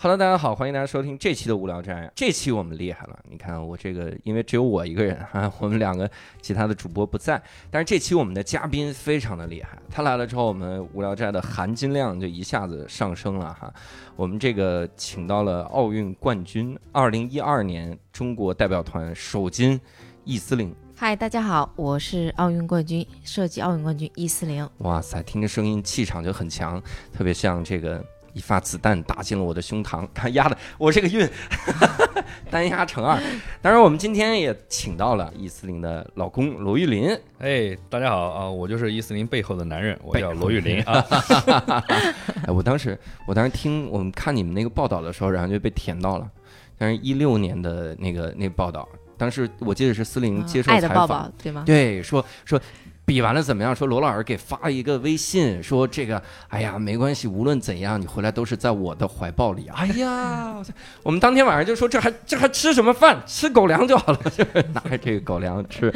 Hello，大家好，欢迎大家收听这期的无聊斋。这期我们厉害了，你看我这个，因为只有我一个人 哈、我们两个其他的主播不在，但是这期我们的嘉宾非常的厉害，他来了之后，我们无聊斋的含金量就一下子上升了哈。我们这个请到了奥运冠军，二零一二年中国代表团首金易思玲。嗨，大家好，我是奥运冠军，射击奥运冠军一四零。哇塞，听这声音气场就很强，特别像这个一发子弹打进了我的胸膛， 他压的我这个运， 单压乘二。当然，我们今天也请到了易思玲的老公罗玉林，哎，大家好啊！我就是伊斯林背后的男人，我背叫后罗玉林 啊。哎，我当时我当时听我们看你们那个报道的时候，然后就被甜到了。但是，一六年的那个那个报道，当时我记得是思玲接受呃嗯爱采的访，抱抱，对吗？对，说说比完了怎么样？说罗老师给发了一个微信，说这个，哎呀，没关系，无论怎样，你回来都是在我的怀抱里。哎 呀，我操我们当天晚上就说这还这还吃什么饭？吃狗粮就好了， 就是拿着这个狗粮吃。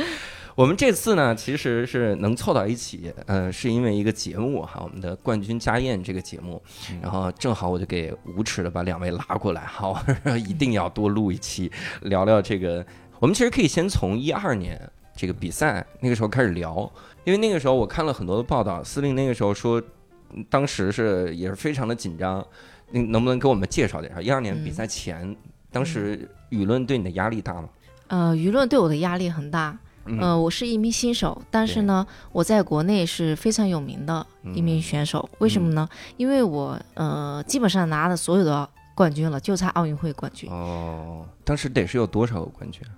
我们这次呢，其实是能凑到一起，呃，是因为一个节目哈，我们的冠军家宴这个节目，然后正好我就给无耻的把两位拉过来哈，我说一定要多录一期，聊聊这个。我们其实可以先从一二年这个比赛那个时候开始聊，因为那个时候我看了很多的报道，司令那个时候说，嗯当时是也是非常的紧张，你能不能给我们介绍介绍一二年比嗯赛前，当时舆论对你的压力大吗？呃，舆论对我的压力很大。嗯呃，我是一名新手，但是呢，我在国内是非常有名的嗯一名选手。为什么呢？因为我呃，基本上拿了所有的冠军了，就差奥运会冠军。哦，当时得是有多少个冠军？就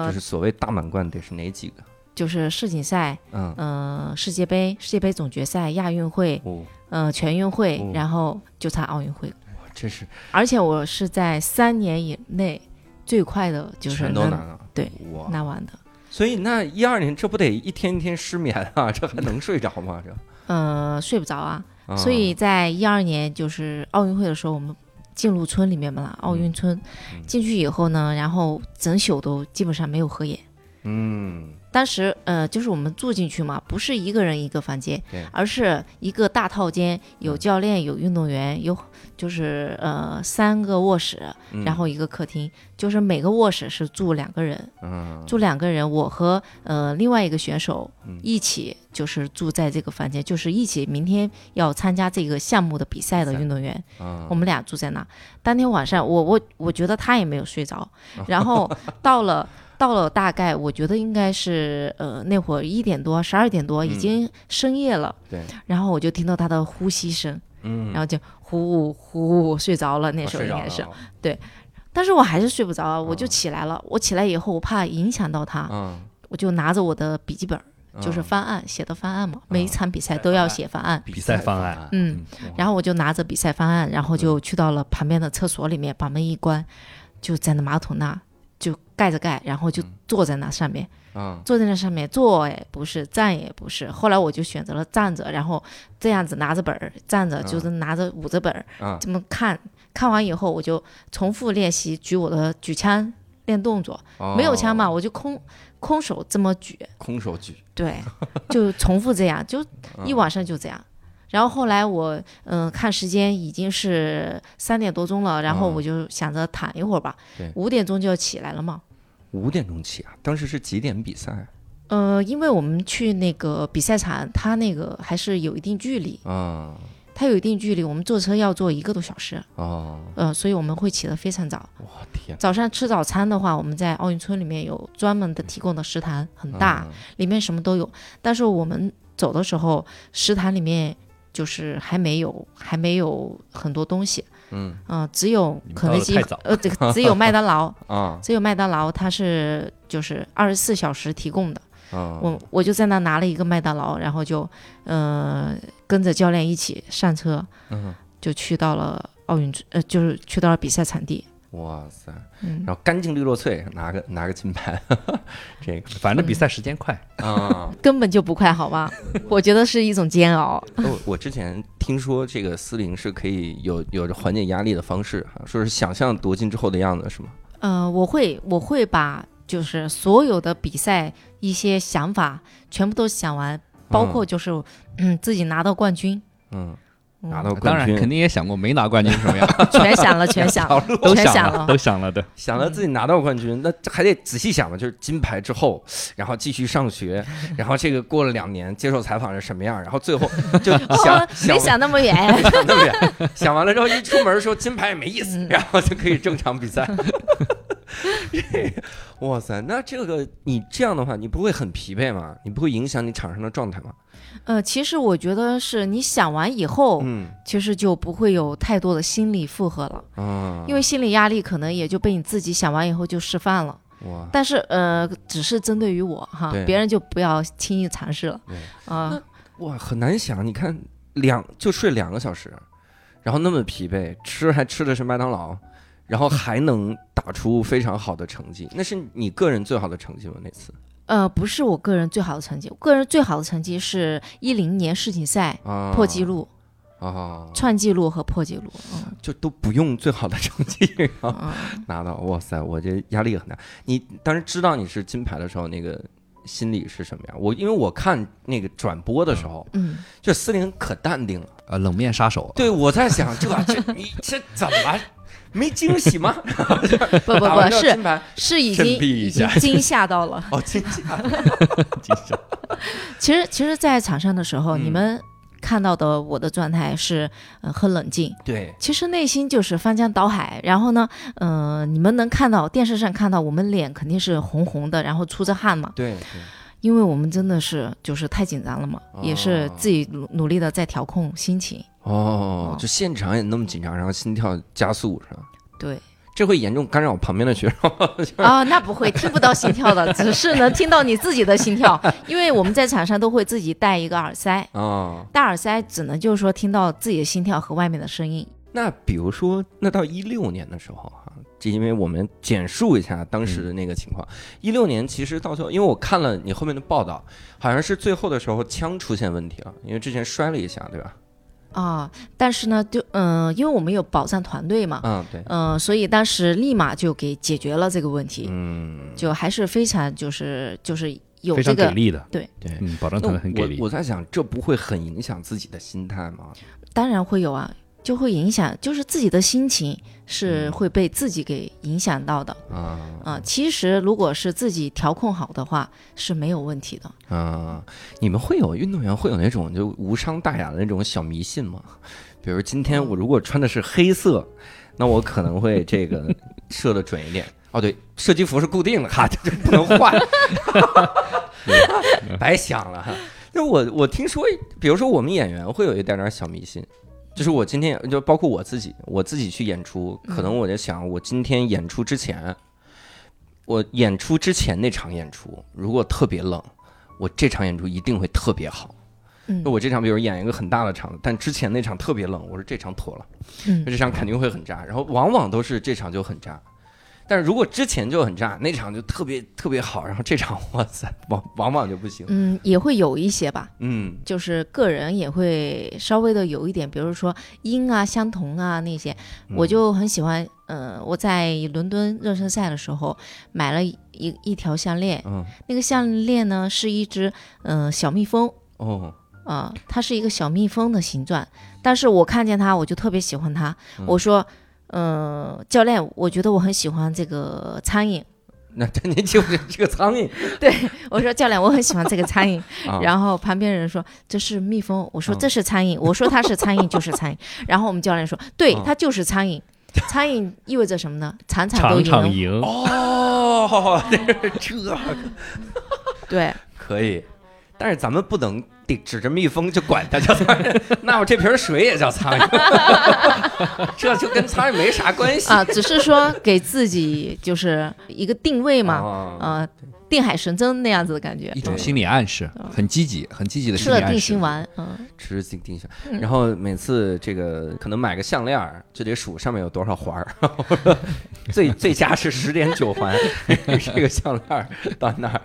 呃是，所谓大满贯得是哪几个？就是世锦赛、嗯，呃，世界杯、世界杯总决赛、亚运会、哦，呃，全运会，哦然后就差奥运会。这是而且我是在三年以内最快的，就是全都能拿了。对，哇，拿完的。所以那一二年这不得一天一天失眠啊？这还能睡着吗？这？呃，睡不着啊。啊所以在一二年就是奥运会的时候，我们进入村里面嘛，奥运村、嗯进去以后呢，然后整宿都基本上没有合眼。嗯，当时呃，就是我们住进去嘛，不是一个人一个房间对，嗯而是一个大套间，有教练，有运动员，有就是呃三个卧室，嗯然后一个客厅，就是每个卧室是住两个人，嗯，住两个人，我和呃另外一个选手嗯一起就是住在这个房间，就是一起明天要参加这个项目的比赛的运动员，啊我们俩住在那。当天晚上，我我我觉得他也没有睡 着，然后到了。到了大概，我觉得应该是呃那会儿一点多、十二点多，已嗯经深夜了。对，然后我就听到他的呼吸声，嗯，啊然后就呼呼哦呼睡着了。那时候应该是，嗯但是我还是睡不着啊，我就哦起来了。我起来以后，我怕影响到他，啊，我就拿着我的笔记本儿，嗯就是方案写的方案嘛，每一场比赛都嗯要写方案。比赛方案，嗯，然后我就拿着比赛方案，然嗯后就去到了旁边的厕所里面，把门一关，就在那马桶那就盖着盖，然后就坐在那上面，后嗯啊，坐在那上面坐也不是，站也不是。后来我就选择了站着，然后这样子拿着本儿站着，就是拿着捂着本儿啊这么看。看完以后，我就重复练习举我的举枪练动作，嗯没有枪嘛，哦，我就空空手这么举，空手举，对，就重复这样，就嗯一晚上就这样。然后后来我嗯、呃看时间已经是三点多钟了，然后嗯我就想着躺一会儿吧对，五点钟就要起来了嘛。五点钟起啊，当时是几点比赛呃，因为我们去那个比赛场，它那个还是有一定距离，啊？它有一定距离，我们坐车要坐一个多小时，哦，呃，所以我们会起得非常早。我天，早上吃早餐的话，我们在奥运村里面有专门的提供的食堂，很大，嗯，里面什么都有。但是我们走的时候，食堂里面就是还没有，还没有很多东西。嗯呃只有你们肯德到得基太早，呃，这个只有麦当劳， 啊只有麦当劳它是就是二十四小时提供的。啊，我我就在那拿了一个麦当劳，然后就呃跟着教练一起上车，嗯就去到了奥运村，呃，就是去到了比赛场地。哇塞！嗯然后干净利落脆，拿个拿个金 牌，这个反正比赛时间快，啊，根本就不快，好吧？我觉得是一种煎熬。哦我我之前听说这个司令是可以有有着缓解压力的方式哈，说是想象夺金之后的样子是吗？呃，我会我会把就是所有的比赛一些想法全部都想完，包括就是嗯自己拿到冠军，嗯，嗯拿到当冠然军，肯定也想过没拿冠军是什 么样，全想了，全想了，都全想想了，了。都想了的。想到自嗯己拿到冠军，那这还得仔细想嘛，就是金牌之后，然后继续上学，然后这个过了两年接受采访是什么样，然后最后就想、哦，想没想嗯那 么远， 想那么远，想完了之后一出门说金牌也没意思，然后就可以正常比赛。 这哇塞，那这个你这样的话，你不会很疲惫吗？你不会影响你场上的状态吗？呃，其实我觉得是你想完以后，嗯其实就不会有太多的心理负荷了，啊，因为心理压力可能也就被你自己想完以后就释放了。哇，但是呃，只是针对于我哈啊对，别人就不要轻易尝试了对啊。哇，很难想。你看，两就睡两个小时，然后那么疲惫，吃还吃的是麦当劳，然后还能打出非常好的成绩，那是你个人最好的成绩吗？那次呃，不是我个人最好的成绩，我个人最好的成绩是一零年世锦赛啊，破纪录、啊，创纪录和破纪录。嗯就都不用最好的成绩，然后嗯，拿到，哇塞，我这压力很大。你当时知道你是金牌的时候，那个心里是什么样？我因为我看那个转播的时候，嗯，就司令可淡定了。呃，冷面杀手，对，我在想，这这你这怎么没惊喜吗？ 不 嗯不打不完之后是金牌是已振经臂一已经下惊吓 到了。哦，惊喜 啊！其实其实，在场上的时候，你嗯们看到的我的状态是呃很冷静，对，其实内心就是翻江倒海。然后呢，呃，你们能看到电视上看到我们脸肯定是红红的，然后出着汗嘛，对，因为我们真的是就是太紧张了嘛，也是哦自己努努力的在调控心情。哦，就现场也那么紧张，然后心跳加速是吧？对这会严重干扰旁边的学生。 啊、那不会听不到心跳的，只是能听到你自己的心跳，因为我们在场上都会自己戴一个耳塞， 哦，戴耳塞只能就是说听到自己的心跳和外面的声音。那比如说，那到一六年的时候哈、这因为我们简述一下当时的那个情况。一六、年其实到最后，因为我看了你后面的报道，好像是最后的时候枪出现问题了，因为之前摔了一下，对吧？啊，但是呢，就嗯、因为我们有保障团队嘛，嗯，对，嗯、所以当时立马就给解决了这个问题，嗯，就还是非常就是就是有非这常给个，力的，对对嗯，保障那团很给力我。我在想，这不会很影响自己的心态吗？当然会有啊，就会影响，就是自己的心情嗯是会被自己给影响到的。啊啊、其实如果是自己调控好的话是没有问题的。啊！你们会有运动员会有那种就无伤大雅的那种小迷信吗？比如今天我如果穿的是黑色，那我可能会这个射的准一点。哦，对，射击服是固定的哈，这就不能换，白想了哈。那我我听说，比如说我们演员会有一点点小迷信，就是我今天就包括我自己，我自己去演出，可能我就想，我今天演出之前，我演出之前那场演出如果特别冷，我这场演出一定会特别好。嗯就我这场，比如演一个很大的场，但之前那场特别冷，我说这场妥了，嗯这场肯定会很炸。然后往往都是这场就很炸，但是如果之前就很炸，那场就特别特别好，然后这场 哇塞，往往往就不行。嗯，也会有一些吧，嗯就是个人也会稍微的有一点，比如说音啊、相同啊那些，嗯我就很喜欢。呃，我在伦敦热身赛的时候买了一一一条项链，嗯那个项链呢是一只呃小蜜蜂，哦啊、它是一个小蜜蜂的形状，但是我看见它，我就特别喜欢它。嗯我说，呃，教练，我觉得我很喜欢这个苍蝇。 那那您就是这个苍蝇我说，教练，我很喜欢这个苍蝇。啊，然后旁边人说这是蜜蜂，我说嗯这是苍蝇，我说它是苍蝇就是苍蝇。然后我们教练说，对嗯，它就是苍蝇。苍蝇意味着什么呢？场场都场赢。场赢，哦， 这对，可以，但是咱们不能得指着蜜蜂就管它叫苍蝇，那我这瓶水也叫苍蝇，这就跟苍蝇没啊啥关系啊，只是说给自己就是一个定位嘛。哦呃，定海神针那样子的感觉一，一种心理暗示，很积极，很积极嗯的吃心理了暗定示心。丸，嗯，吃定定下嗯。然后每次这个可能买个项链儿就得数上面有多少环儿， 最最佳是十点九环， 这个项链儿到那儿。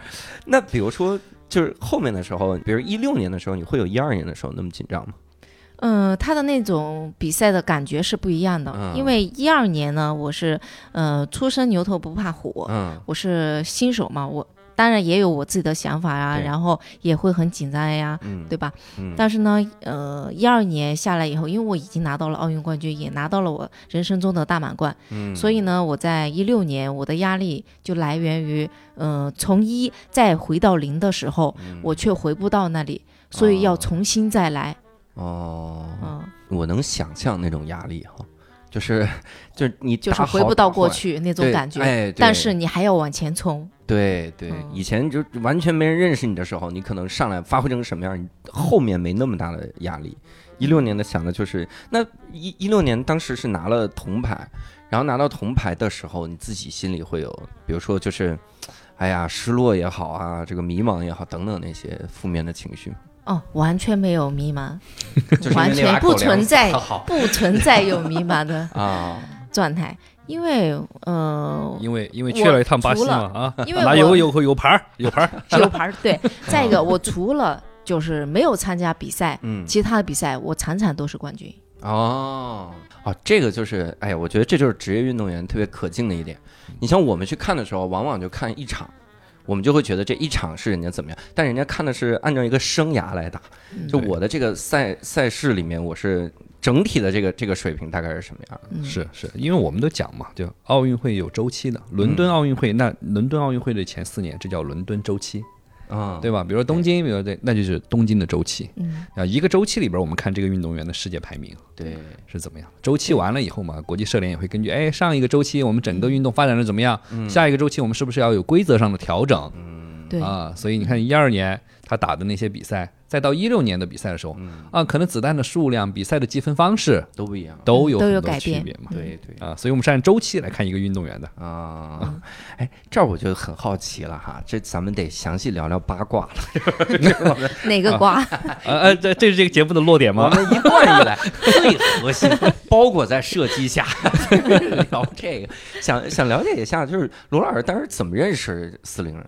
那比如说。就是后面的时候，比如一六年的时候，你会有一二年的时候那么紧张吗？嗯，他的那种比赛的感觉是不一样的，嗯因为一二年呢，我是呃初生牛犊不怕虎，嗯，我是新手嘛，我当然也有我自己的想法啊，对然后也会很紧张呀，嗯对吧？嗯但是呢，呃，一二年下来以后，因为我已经拿到了奥运冠军，也拿到了我人生中的大满贯，嗯所以呢，我在一六年我的压力就来源于，呃，从一再回到零的时候，嗯我却回不到那里，所以要哦重新再来，哦，嗯。我能想象那种压力哈，就是 就是你就是打好回不到打过坏去那种对感觉。哎，对但是你还要往前冲，对对嗯，以前就完全没人认识你的时候，你可能上来发挥成什么样，你后面没那么大的压力。一嗯六年的想的就是，那一一六年当时是拿了铜牌，然后拿到铜牌的时候，你自己心里会有，比如说就是，哎呀，失落也好啊，这个迷茫也好，等等那些负面的情绪，哦，完全没有迷茫， 就是完全不存 在好不存在有迷茫的啊，状态，因为呃，因为因为去了一趟巴西嘛啊，因为来我有有有牌儿有牌儿，有牌儿对。再一个，我除了就是没有参加比赛，嗯，其他的比赛我场场都是冠军。哦，哦，这个就是，哎呀，我觉得这就是职业运动员特别可敬的一点。你像我们去看的时候，往往就看一场，我们就会觉得这一场是人家怎么样，但人家看的是按照一个生涯来打。嗯就我的这个赛赛事里面，我是整体的这个这个水平大概是什么样？嗯，是是，因为我们都讲嘛，就奥运会有周期的，嗯伦敦奥运会那伦敦奥运会的前四年，这叫伦敦周期，啊、嗯对吧？比如说东京，比如说对，那就是东京的周期嗯，啊。一个周期里边，我们看这个运动员的世界排名对，是怎么样。周期完了以后嘛，国际社联也会根据，哎，上一个周期我们整个运动发展的怎么样，下一个周期我们是不是要有规则上的调整嗯对，啊？所以你看，一二年他打的那些比赛，再到一六年的比赛的时候，嗯啊，可能子弹的数量、比赛的积分方式都不一样。都有嗯都有很多改区变别嘛。对对啊，所以我们是按周期来看一个运动员的。啊，哎，这儿我就很好奇了哈，这咱们得详细聊聊八卦了。哪个瓜？ 呃呃，这这是这个节目的落点我吗？们一贯以来最核心， 包裹在射击下，聊这个，想想了解一下，就是罗老师当时怎么认识四零人？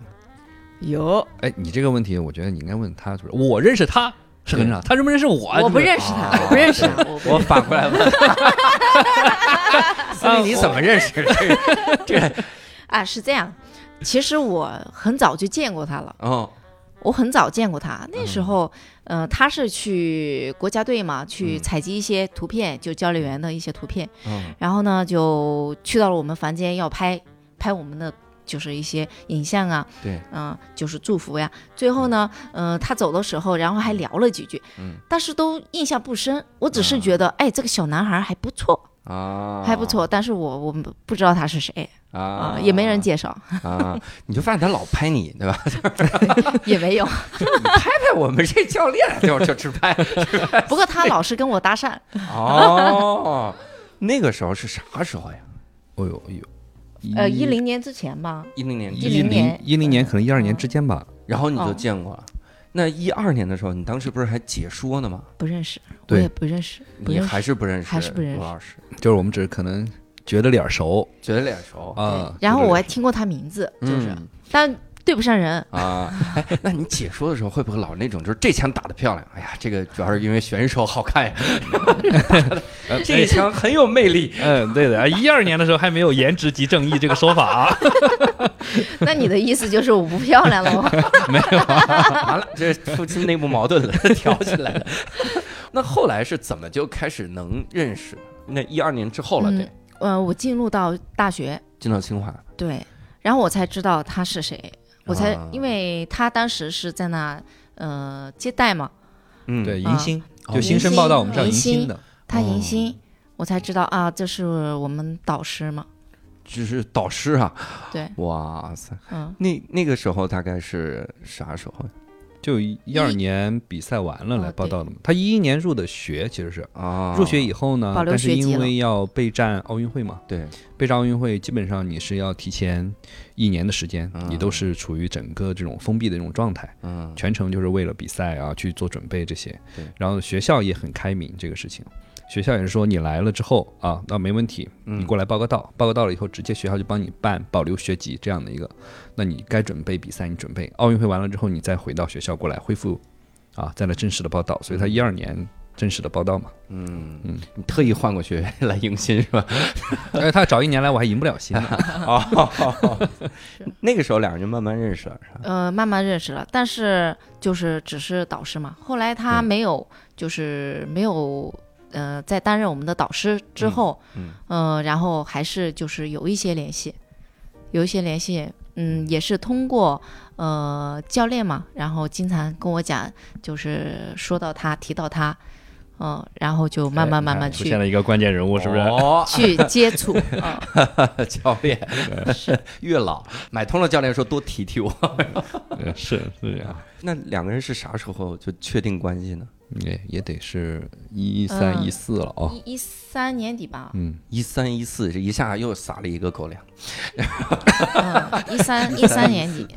有，哎，你这个问题，我觉得你应该问他，就是 我认识他是很正常， 他认不认识我？我不认识。识他，我不认识他，我不我反过来问， 四零你怎么认识的？啊，是这样。其实我很早就见过他了。哦，我很早见过他，那时候，呃，他是去国家队嘛，去采集一些图片，就教练员的一些图片，嗯然后呢，就去到了我们房间要拍拍我们的就是一些影像啊，对，嗯、就是祝福呀。最后呢，呃，他走的时候，然后还聊了几句，嗯，但是都印象不深，我只是觉得，哎，这个小男孩还不错，啊，还不错，但是我我们不知道他是谁啊、啊，也没人 介绍，啊，你就发现他老拍你，对吧？ 也没有，拍我们这教练就就只 拍不过他老是跟我搭讪，哦。那个时候是啥时候呀？哦呦哎呦，呃，一零年之前吧。一零年一零零年嗯一零年可能一二年之间吧。然后你就哦见过了。那一二年的时候，你当时不是还解说呢吗？不认识，我对也不认识，不你认还识。是不认识，还是不认识罗老师，就是我们只是可能觉得脸熟觉得脸熟啊，啊。然后觉得我还脸听过他名字，就是，嗯但对不上人。啊，哎，那你解说的时候会不会老是那种，就是这枪打得漂亮，哎呀，这个主要是因为选手好看呀，呃这一枪很有魅 力。嗯，对的，一二年的时候还没有“颜值即正义”这个说法啊，那你的意思就是我不漂亮了吗？完了，这夫妻内部矛盾了，挑起来了。 那后来是怎么就开始能认识？那一二年之后了，得嗯，呃，我进入到大学，进到清华，对，然后我才知道他是谁，我才、啊因为他当时是在那呃接待嘛，嗯， 对，啊迎新哦就新生报道，我们是要迎迎新新的，他迎新，我才知道啊，这是我们导师嘛，就是导师啊，对，哇塞，嗯，那那个时候大概是啥时候呀？就一二年比赛完了哦来对报哦道的嘛。他一一年入的学，其实是啊，入学以后呢保，留但是学籍因了为要备战奥运会嘛，对，备战奥运会基本上你是要提前一年的时间，你都是处于整个这种封闭的这种状态，嗯，全程就是为了比赛啊去做准备这些对。然后学校也很开明这个事情，学校也是说你来了之后啊，那没问题，嗯你过来报个到，报个到了以后，直接学校就帮你办保留学籍这样的一个，那你该准备比赛你准备，奥运会完了之后你再回到学校过来恢复啊，再来正式的报道。嗯所以他一二年正式的报道嘛， 你特意换过学院来迎新是吧？哎，他早一年来我还赢不了心呢。啊哦 那个时候两人就慢慢认识了，嗯是吧？呃，慢慢认识了，但是就是只是导师嘛。后来他嗯没有，就是没有，呃，在担任我们的导师之后，嗯呃，然后还是就是有一些联系，有一些联系，嗯，也是通过呃教练嘛，然后经常跟我讲，就是说到他，提到他，嗯、然后就 哎慢慢慢慢哎出去、现了一个关键人物，是不是？哦， 去接 触，嗯 教练 月老买通了教练，说多提提我。 是是这样，那两个人是啥时候就确定关系呢？也也得是一三嗯一四了哦。一一三年底吧，嗯，一三一四，这一下又撒了一个狗粮。嗯，一三一三年底，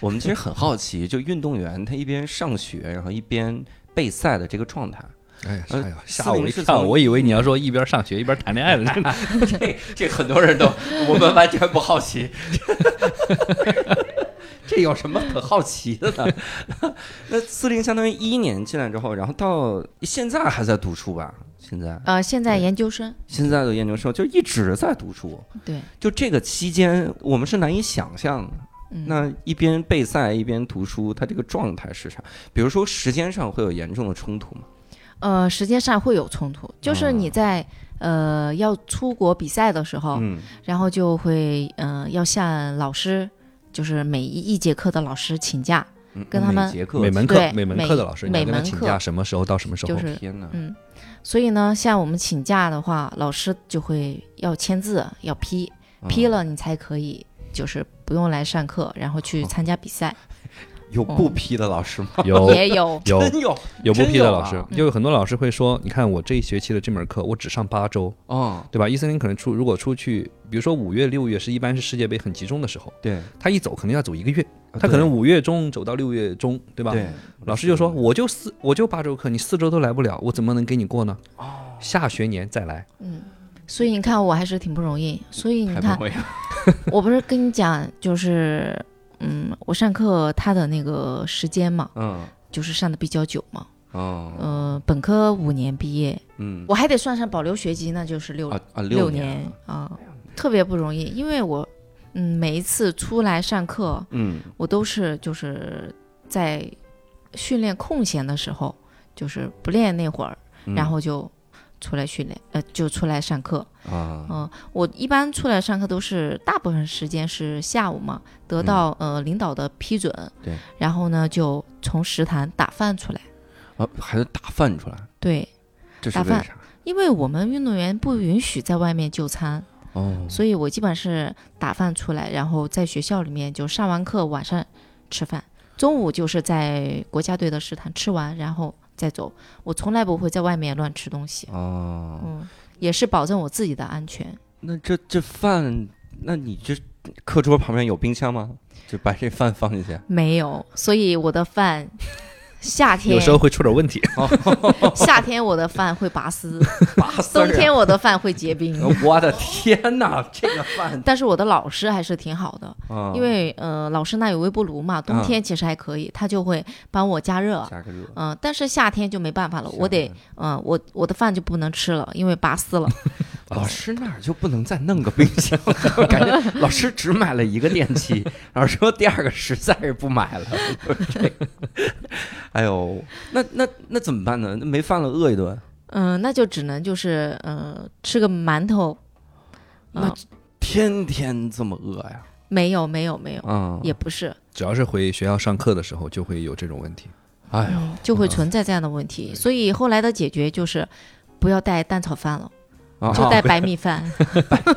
我们其实很好奇，就运动员他一边上学，然后一边备赛的这个状态，哎呀，呃哎呀，四吓零我一是跳，从我以为你要说一边上学一边谈恋爱了，真的 这这很多人都，我们完全不好奇。 这有什么可好奇的呢？ 那四零相当于一年进来之后，然后到现在还在读书吧？现在呃，现在研究生，现在的研究生就一直在读书，对，就这个期间我们是难以想象的。嗯。那一边备赛一边读书，他这个状态是啥？比如说时间上会有严重的冲突吗？呃，时间上会有冲突，就是你在、呃要出国比赛的时候，哦嗯，然后就会嗯、呃要向老师，就是每一节课的老师请假，嗯跟他们每节课每门课对每门每课的老师，你每要跟他门请课假什么时候到什么时候就？是天哪，嗯，所以呢，像我们请假的话，老师就会要签字，要批，批嗯了你才可以，就是不用来上课，然后去参加比赛，有不批的老师吗？有也有有真 有有不批真的有老啊师，就有很多老师会说，你看我这一学期的这门课，我只上八周，哦，对吧？一森林可能出如果出去，比如说五月六月是一般是世界杯很集中的时候，对，他一走可能要走一个月，他对可能五月中走到六月中，对吧？对，嗯老师就说：“我就四，我就八周课，你四周都来不了，我怎么能给你过呢？哦下学年再来。所以你看我还是挺不容易，所以你太嗯看不会了，我不是跟你讲，就是嗯，我上课他的那个时间嘛，嗯，就是上的比较久嘛。哦，呃，本科五年毕业，嗯，我还得算上保留学籍，那就是六、啊啊，六年，年啊、特别不容易。因为我嗯，每一次出来上课，嗯，我都是就是在训练空闲的时候，就是不练那会儿，嗯然后就出来训练，呃，就出来上课。啊，嗯，我一般出来上课都是大部分时间是下午嘛，得到、呃领导的批准，嗯对，然后呢就从食堂打饭出来，啊，还得打饭出来，对，这是打为饭啥？因为我们运动员不允许在外面就餐，哦，所以我基本是打饭出来，然后在学校里面就上完课晚上吃饭，中午就是在国家队的食堂吃完，然后再走，我从来不会在外面乱吃东西，哦，嗯，也是保证我自己的安全。那这这饭，那你这课桌旁边有冰箱吗？就把这饭放进去。没有，所以我的饭 夏天有时候会出点问题。夏天我的饭会拔丝，拔丝儿冬啊哦天我的饭会结冰。 我的 天哪，这个 饭但是我的老师还是挺好的，啊，因为呃，老师那有微波炉嘛，冬天其实还可以，他就会帮我加热。加个热，嗯、但是夏天就没办法了，我得夏，嗯、我我的饭就不能吃了，因为拔丝了。老师那儿就不能再弄个冰箱？ 我感觉老师只买了一个电器， 老师说第二个实在是不买了。 这个哎呦，那那那怎么办呢？那没饭了，饿一顿。嗯、那就只能就是呃，吃个馒头。嗯、那天天这么饿呀？没有没有没有，啊、也不是，只要是回学校上课的时候，就会有这种问题。哎呦，嗯，就会存在这样的问题。所以后来的解决就是，不要带蛋炒饭了。啊，就 带白米饭，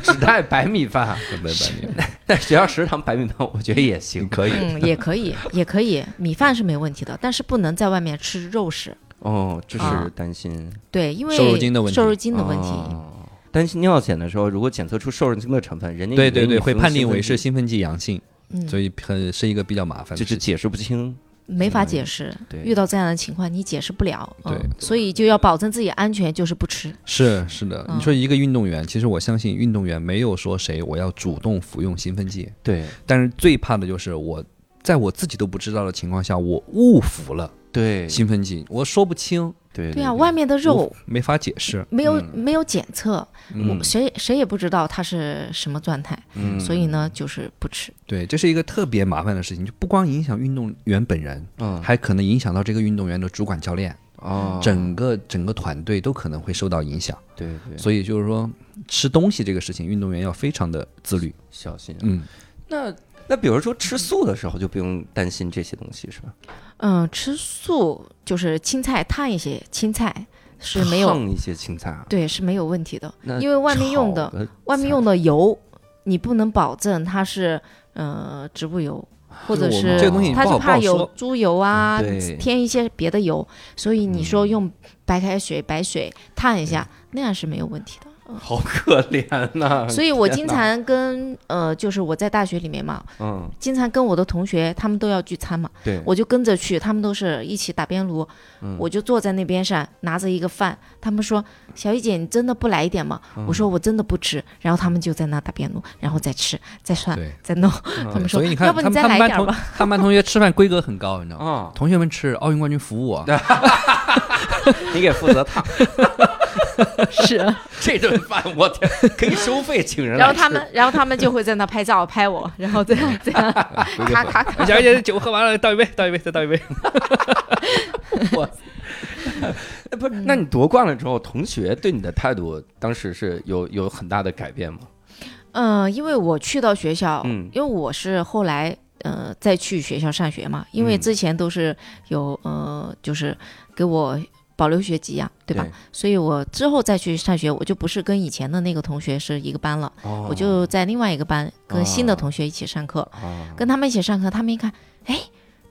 只带白米饭，对对对，但学校食堂白米饭我觉得也行你。可以。嗯，也可以，也可以，米饭是没问题的，但是不能在外面吃肉食。哦，这是啊担心对，因为瘦肉精的问题瘦肉精的问题，哦担心尿检的时候，如果检测出瘦肉精的成分，人家以对为对对，你会服用判定兴奋为是剂，兴奋剂阳性，嗯，所以很是一个比较麻烦的就事是情。解释不清。没法解释。对遇到这样的情况，你解释不了。嗯对所以就要保证自己安全，就是不吃。是是的，嗯你说一个运动员，其实我相信运动员没有说谁我要主动服用兴奋剂，对但是最怕的就是我在我自己都不知道的情况下，我误服了对兴奋剂，我说不清，对对啊，外面的肉我没法解释。没有嗯没有检测，嗯我，谁谁也不知道它是什么状态，嗯所以呢，就是不吃。对，这是一个特别麻烦的事情，就不光影响运动员本人，嗯还可能影响到这个运动员的主管教练，哦整个整个团队都可能会受到影响。对对所以就是说，吃东西这个事情，运动员要非常的自律。小心。啊嗯，那那比如说吃素的时候就不用担心这些东西是吧？嗯，吃素就是青菜烫一些，青菜是 没有烫一些青菜啊，对是没有问题的，那因为外面用炒的个外面用的油，你不能保证它是呃植物油，或者就是我是们这个东西不它好就不好怕有说。猪油啊嗯对，添一些别的油，所以你嗯说用白开水、白水烫一下，那样是没有问题的。好可怜呐、 哎所以我经天哪常跟呃，就是我在大学里面嘛，嗯，经常跟我的同学，他们都要聚餐嘛，对，我就跟着去，他们都是一起打边炉，嗯我就坐在那边上拿着一个饭，他们说：“小姨姐，你真的不来一点吗？”嗯我说：“我真的不吃。”然后他们就在那打边炉，然后再吃，再涮，对，再弄。他对嗯们说所以你：“看要不他你再们他来们一班点同吧。哦他们班同学吃饭规格很高，你知道吗？啊、同学们吃奥运冠军服务啊，你给负责烫 是，这顿饭，我天，可以收费请人来然后他吃们，然后他们就会在那拍照拍我，然后这 样这样规格咔很 咔咔。小姐姐酒喝完了，倒一杯，倒一杯，再倒 一杯。哎 不是？那你夺冠了之后，同学对你的态度当时是有有很大的改变吗？嗯，因为我去到学校，嗯因为我是后来呃再去学校上学嘛，因为嗯之前都是有呃就是给我保留学籍呀、对吧？所以我之后再去上学，我就不是跟以前的那个同学是一个班了，哦我就在另外一个班跟新的哦同学一起上课，啊，跟他们一起上课，他们一看，哎。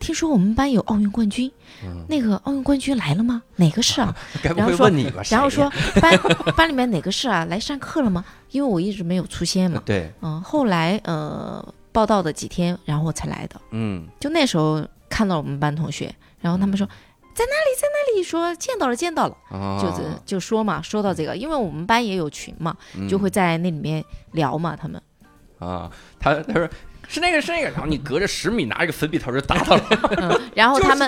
听说我们班有奥运冠军，嗯那个奥运冠军来了吗？哪个 是啊？该不然后会说问你吧？然后谁呀说班班里 面哪个是啊？来上课了吗？因为我一直没有出现嘛。 对，嗯，后来呃报道的几天，然后我才来的。嗯，就那时候看到我们班同学，然后他们说、在哪里，在哪里，说见到了，见到了，啊就这就说嘛，说到这个，因为我们班也有群嘛，就会在那里面聊嘛，他们。 啊，他他说。是那个，是那个，然后你隔着十米拿一个粉笔头就打他了。嗯，然后他们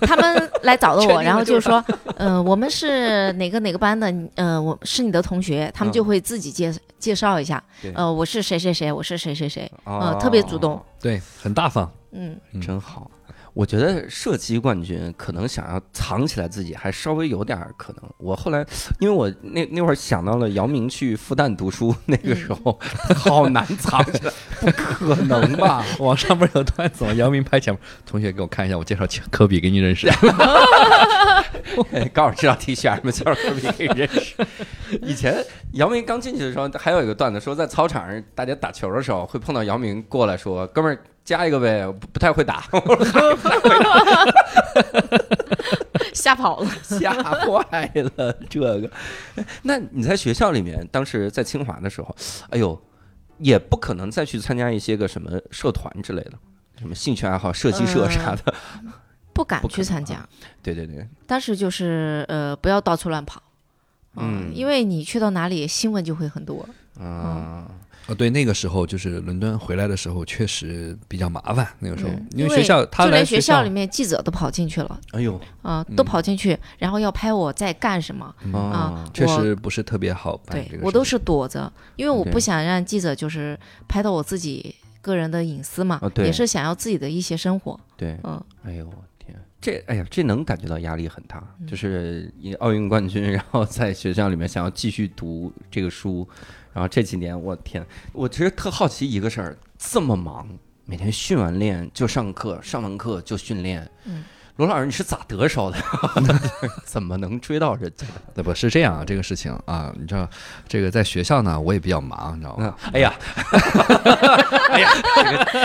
他们来找 的确我，定然后的就就是说，呃，我们是哪个哪个班的，你呃，我是你的同学，他们就会自己介介绍一下对，呃，我是谁谁谁，我是谁谁谁，呃，特别主动，对，很大方。嗯，嗯真好。我觉得射击冠军可能想要藏起来自己，还稍微有点儿可能。我后来，因为我那那会儿想到了姚明去复旦读书那个时候，嗯好 难藏起来，不可能吧？网上不是有段子吗？ 姚明拍前面，同学给我看一下，我介绍 科比给你认识。 哎高尔知道 T 恤什么叫科比可以认识。以前姚明刚进去的时候，还有一个段子说，在操场上大家打球的时候，会碰到姚明过来说：“哥们儿，加一个呗，我不不太会打。”我说吓跑了。吓坏了这个。那你在学校里面，当时在清华的时候，哎呦，也不可能再去参加一些个什么社团之类的，什么兴趣爱好、射击社啥的。 不敢不可去参能加，对对对，当时就是呃，不要到处乱跑，嗯，因为你去到哪里，新闻就会很多，啊、哦，对，那个时候就是伦敦回来的时候，确实比较麻烦。那个时候，嗯因为学校他就来连学校嗯里面记者都跑进去了，哎呦，啊、都跑进去，然后要拍我在干什么，啊啊，确我实不是特别好办对这个事情。我都是躲着，因为我对不想让记者就是拍到我自己个人的隐私嘛，啊对也是想要自己的一些生活，对，嗯，哎呦，我天。嗯这哎呀，这能感觉到压力很大，就是一奥运冠军，然后在学校里面想要继续读这个书，然后这几年我天，我其实特好奇一个事儿，这么忙，每天训完练就上课，上完课就训练，嗯罗老师，你是咋得手的？ 怎么能追到人家？那不是这样啊，这个事情啊，你知道，这个在学校呢，我也比较忙，你知道吗？哎呀，哎呀，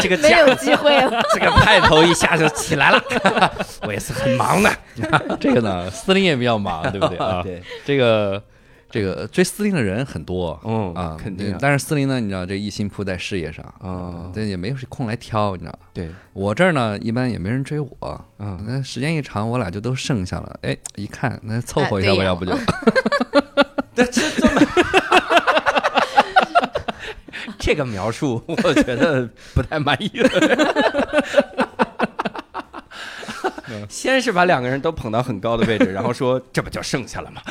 这个这个没架有机会 了。这个派头一下就起来了， 我也是很忙的。 这个呢，司令也比较忙，对不对啊？ 对，这个这个追司令的人很多，嗯啊，肯定啊但是司令呢，你知道这一心扑在事业上嗯这也没有空来挑，你知道。对，我这儿呢，一般也没人追我，啊嗯，那时间一长，我俩就都剩下了。哎，一看那凑合一下哎对吧，呀要不就这个描述 我觉得不太满意了。先是把两个人都捧到很高的位置， 然后说这不就剩下了 吗？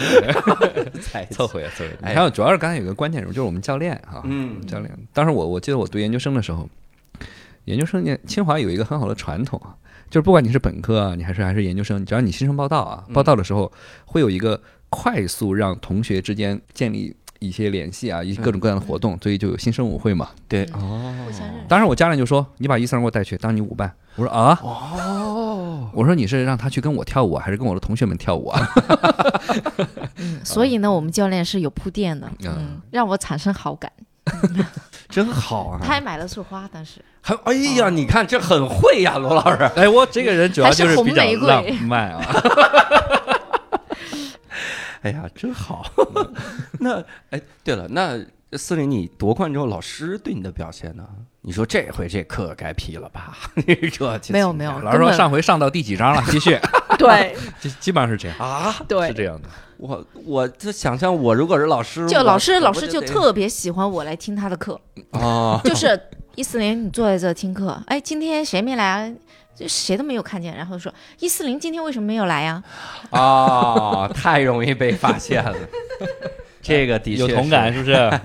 才凑合一下，凑合一下。哎还有，主要是刚才有个关键人物，就是我们教练哈，嗯教练。当时我我记得我读研究生的时候，研究生念清华有一个很好的传统啊，就是不管你是本科啊，你还是还是研究生，只要你新生报道啊，报道的时候会有一个快速让同学之间建立一些联系啊，一各种各样的活动，所以就有新生舞会嘛。对嗯哦互相认识当时我家人就说：“你把一三给我带去当你舞伴。”我说：“啊，哦，我说你是让他去跟我跳舞啊，还是跟我的同学们跳舞 啊所以呢，我们教练是有铺垫的，啊。嗯，让我产生好感。真好啊！他还买了束花，当时还哎呀，你看这很会呀，罗老师？”哎，我这个人主要就是比较还是红玫瑰浪漫 啊。 哎呀，真好。那哎，对了，那思林，你夺冠之后，老师对你的表现呢？你说这回这课该批了吧？ 你这这没有没有老根师说本上回上到第几 章了，继续，对基基本上是这样，啊！是这样的。我我这想象，我如果是嗯老师，就我老师我老不师就就得特别喜欢我来听他的课， 哦，就是一四零，你坐在这听课，哎，今天谁没来啊？就谁都没有看见，然后说一四零今天为什么没有来呀、啊，太容易被发现 了。这个的确有同是感是不是？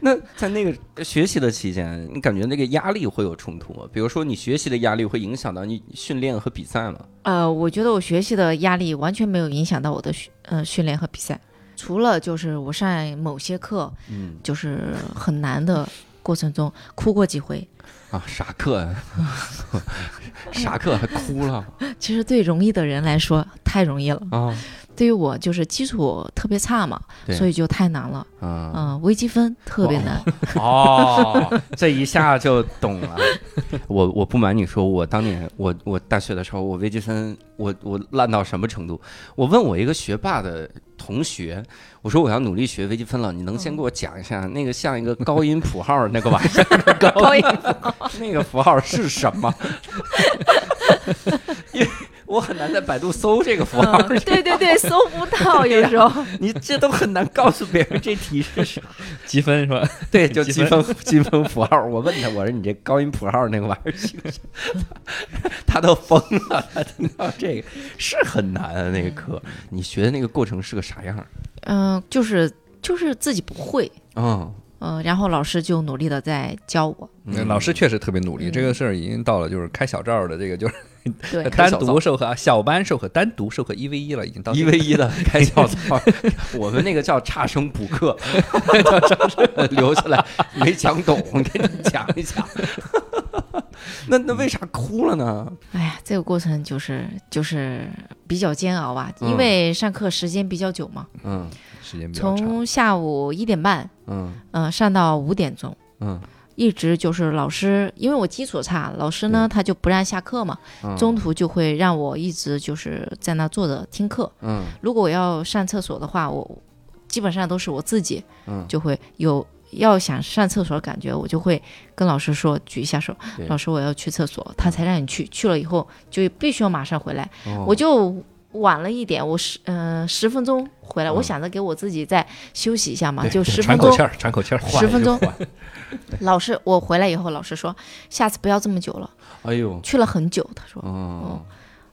那在那个学习的期间，你感觉那个压力会有冲突吗？比如说，你学习的压力会影响到你训练和比赛吗？呃，我觉得我学习的压力完全没有影响到我的训呃训练和比赛，除了就是我上某些课嗯就是很难的过程中哭过几回，啊，啥课呀？啥课还哭了其实对容易的人来说太容易了，啊？对于我就是基础特别差嘛，对所以就太难了，嗯、啊微积分特别难， 哦，这一下就懂了。 我我不瞒你说，我当年我我大学的时候，我微积分我我烂到什么程度？我问我一个学霸的同学，我说我要努力学微积分了，你能先给我讲一下那个像一个高音谱号那个玩意儿，高音那个符号是什么？ 因为我很难在百度搜这个符号，嗯对对对，搜不 到有时候。你这都很难告诉别人这题是啥。 积分是吧？ 对，就积积分积分符号。我问他，我说你这高音谱号那个玩意儿行不行？ 他都疯了，他听到这个是很难啊，那个课。你学的那个过程是个啥样？嗯、就是就是自己不会，嗯，嗯、然后老师就努力的在教我，嗯老师确实特别努力，嗯这个事儿已经到了就是开小照的这个，就是对开 单小灶独授课、小班授课、单独授课一 v 一了，已经到哦一 v 一 的开小灶，我们那个叫差生补课，叫差生留下来没讲懂，给你讲一讲。 那那为啥哭了呢？哎呀，这个过程就是就是比较煎熬吧，嗯因为上课时间比较久嘛，嗯时间比较长。从下午一点半，嗯嗯、上到五点钟。嗯，一直就是老师，因为我基础差，老师呢他就不让下课嘛，嗯中途就会让我一直就是在那坐着听课。嗯如果我要上厕所的话，我基本上都是我自己，嗯就会有要想上厕所的感觉，我就会跟老师说举一下手对，老师我要去厕所，他才让你去，去了以后就必须要马上回来，哦我就。晚了一点，我十嗯、十分钟回来，嗯我想着给我自己再休息一下嘛，就十分喘口钟气。儿，喘口气儿，十分钟缓一缓老师，我回来以后，老师说下次不要这么久了，哎呦，去了很久。他说，嗯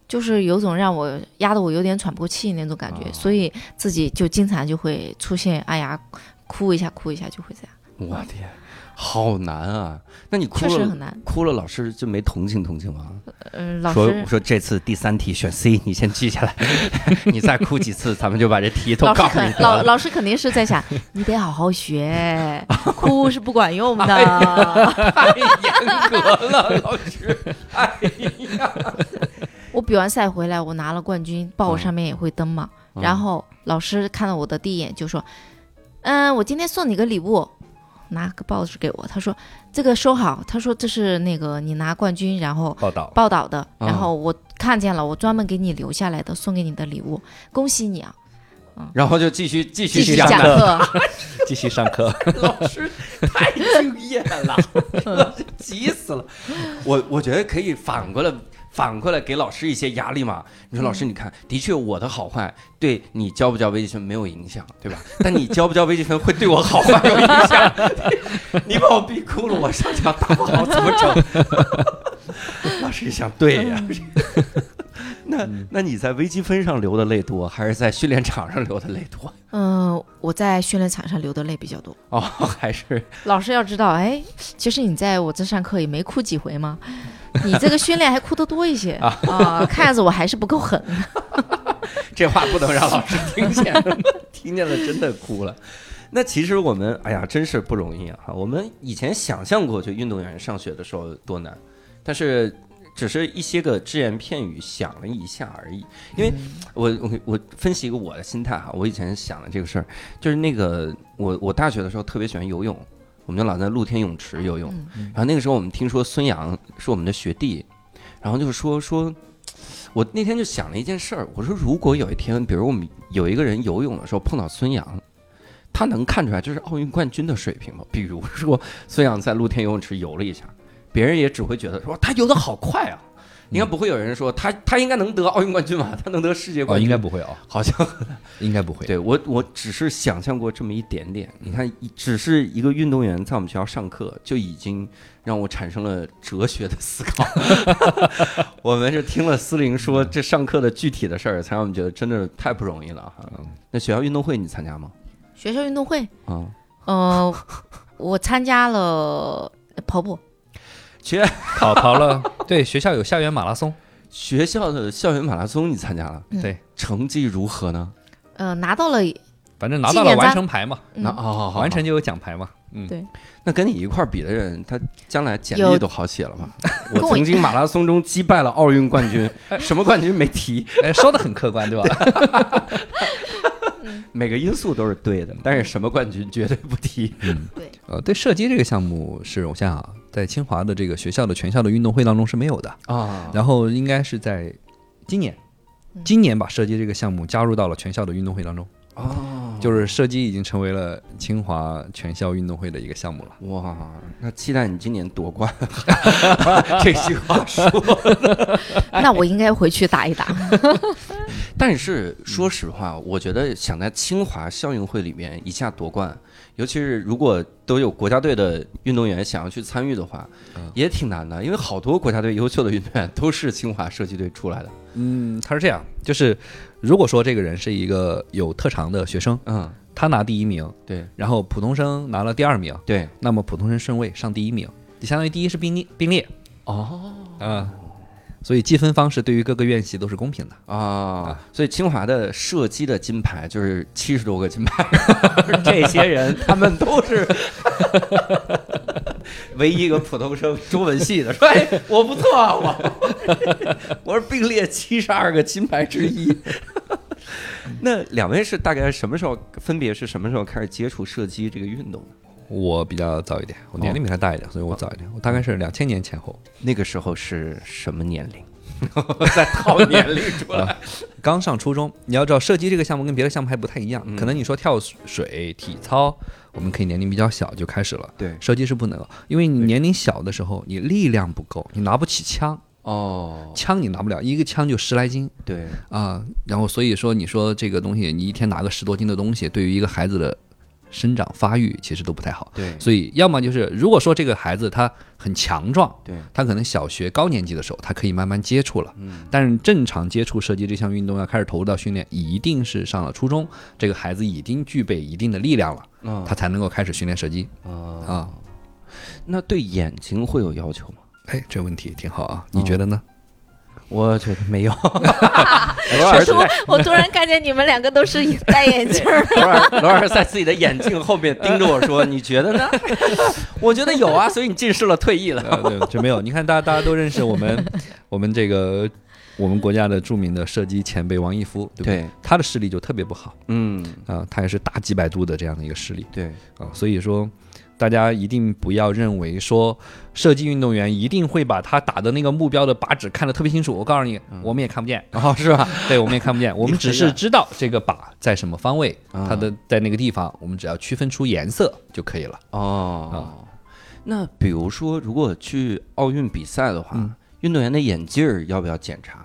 就是有种让我压得我有点喘不过气那种感觉，哦所以自己就经常就会出现哎呀，哭一下哭一下就会这样，我天，好难啊！那你哭确实了很，难。哭了，老师就没同情同情吗？嗯、老说师我说这次第三题选 C，你 先记下来，你再哭几次，咱们就把这题都老师告诉你肯老得了。老师肯定是在想，你得好 好学，哭是不管用的。哎太严格了，老师。哎呀， 我比完赛回来，我拿了冠军，报我上面也会登嘛。嗯然后老师看到我的第一眼就说：“嗯，我今天送你个礼物，拿个报纸给我。”他说：“这个收好。”他说：“这是那个你拿冠军，然后报道，报道的，啊然后我看见了，我专门给你留下来的，送给你的礼物，恭喜你啊！然后就继续继续继续讲讲了。课，继续上课。老师太敬业了，老师 急死了。我我觉得可以反过来。反过来给老师一些压力嘛？你说老师，你看，的确我的好坏对你交不交微积分没有影响，对吧？ 但你交不交微积分会对我好坏有影响。 你把我逼哭了，我上去要打不好怎么整？ 老师一想，对呀、 那那你在微积分上流的泪多，还是在训练场上流的泪多？ 嗯，我在训练场上流的泪比较多。哦，还是老师要知道，哎，其实你在我这上课也没哭几回嘛，你这个训练还哭得多一 些啊、看样子我还是不够狠。 这话不能让老师听见， 听见了真的哭了。那其实我们，哎呀，真是不容易啊！我们以前想象过，就运动员上学的时候多难，但是只是一些个只言片语想了一下而已。因为嗯我我我分析一个我的心态哈，我以前想的这个事儿，就是那个我我大学的时候特别喜欢游泳，我们就老在露天泳池游泳。嗯然后那个时候我们听说孙杨是我们的学弟，然后就说说，我那天就想了一件事儿，我说如果有一天，比如我们有一个人游泳的时候碰到孙杨，他能看出来这是奥运冠军的水平吗？ 比如说孙杨在露天游泳池游了一下，别人也只会觉得说他游得好快啊。应该不会有人说他他应该能得奥运冠军吧？他能得世界哦，冠应军？该不会哦，好像 应该不会。对我，我只是想象过这么一点点。你看，一只是一个运动员在我们学校上课，就已经让我产生了哲学的思 考。 我们是听了思玲说这上课的具体的事儿，才让我们觉得真的太不容易了哈。嗯那学校运动会你参加吗？学校运动会，啊，嗯呃，我参加了跑步，学跑跑了，对，学校有校园马拉松，学校的校园马拉松你参加了，嗯对，成绩如何呢？呃，拿到了，反正拿到了完成牌嘛，嗯那哦，好好 完成就有奖牌嘛。嗯，那跟你一块儿比的人，他将来简历有都好写了吧？我跟我曾经马拉松中击败了奥运冠 军，什么冠军没提？哎，说的很客观，对吧？每个因素都是对的，但是什么冠军绝对不提。 呃，对射击这个项目是，我想想啊，在清华的这个学校的全校的运动会当中是没有的，啊然后应该是在今年，嗯今年把射击这个项目加入到了全校的运动会当中，哦，就是射击已经成为了清华全校运动会的一个项目了。哇，那期待你今年夺冠。 这句话说，那我应该回去打一 打。但是说实话，我觉得想在清华校运会里面一下夺冠，尤其是如果都有国家队的运动员想要去参与的话，也挺难的，因为好多国家队优秀的运动员都是清华射击队出来的。嗯，他是这样，就是如果说这个人是一个有特长的学生，嗯，他拿第一名，对然后普通生拿了第二名，对，那么普通生顺位上第一名，就相当于第一是并列并列哦啊、所以计分方式对于各个院系都是公平的。啊，所以清华的射击的金牌就是七十多个金牌， 这些人 他们都是唯一一个普通生中文系的， 说哎我不错啊，我 我是并列七十二个金牌之一。 那两位是大概什么时候分别是什么时候开始接触射击这个运动的？我比较早一点，我年龄比他大一点，所以我早一点，我大概是两千年前后，那个时候是什么年龄？在套年龄出来，刚上初中。你要知道，射击这个项目跟别的项目还不太一样，可能你说跳水、体操，我们可以年龄比较小就开始了。对射击是不能了，因为你年龄小的时候，你力量不够，你拿不起枪，哦，枪你拿不了，一个枪就十来斤对，啊。然后所以说，你说这个东西，你一天拿个十多斤的东西，对于一个孩子的生长发育其实都不太好。对，所以，要么就是如果说这个孩子他很强壮，对，他可能小学高年级的时候他可以慢慢接触了，嗯，但是正常接触射击这项运动要开始投入到训练，一定是上了初中，这个孩子已经具备一定的力量了，嗯他才能够开始训练射击啊啊。那对眼睛会有要求吗？哎，这问题挺好啊，嗯你觉得呢？我觉得没 有。罗我突 我突然看见你们两个都是戴眼镜 儿，罗尔罗尔在自己的眼镜后面盯着我说：“你觉得 呢？”我觉得有啊，所以你近视了，退役了。呃，对，这没有。你看，大家大家都认识我们我们这个我们国家的著名的射击前辈王义夫，对不对？对，他的视力就特别不好嗯，啊、他也是大几百度的这样的一个视力对，啊、所以说。大家一定不要认为说射击运动员一定会把他打的那个目标的靶纸看得特别清楚。我告诉你，我们也看不见，哦，是吧？对，我们也看不 见，我们只是知道这个靶在什么方位，啊它的在那个地方，我们只要区分出颜色就可以了。哦，那比如说，如果去奥运比赛的话，运动员的眼镜儿要不要检查？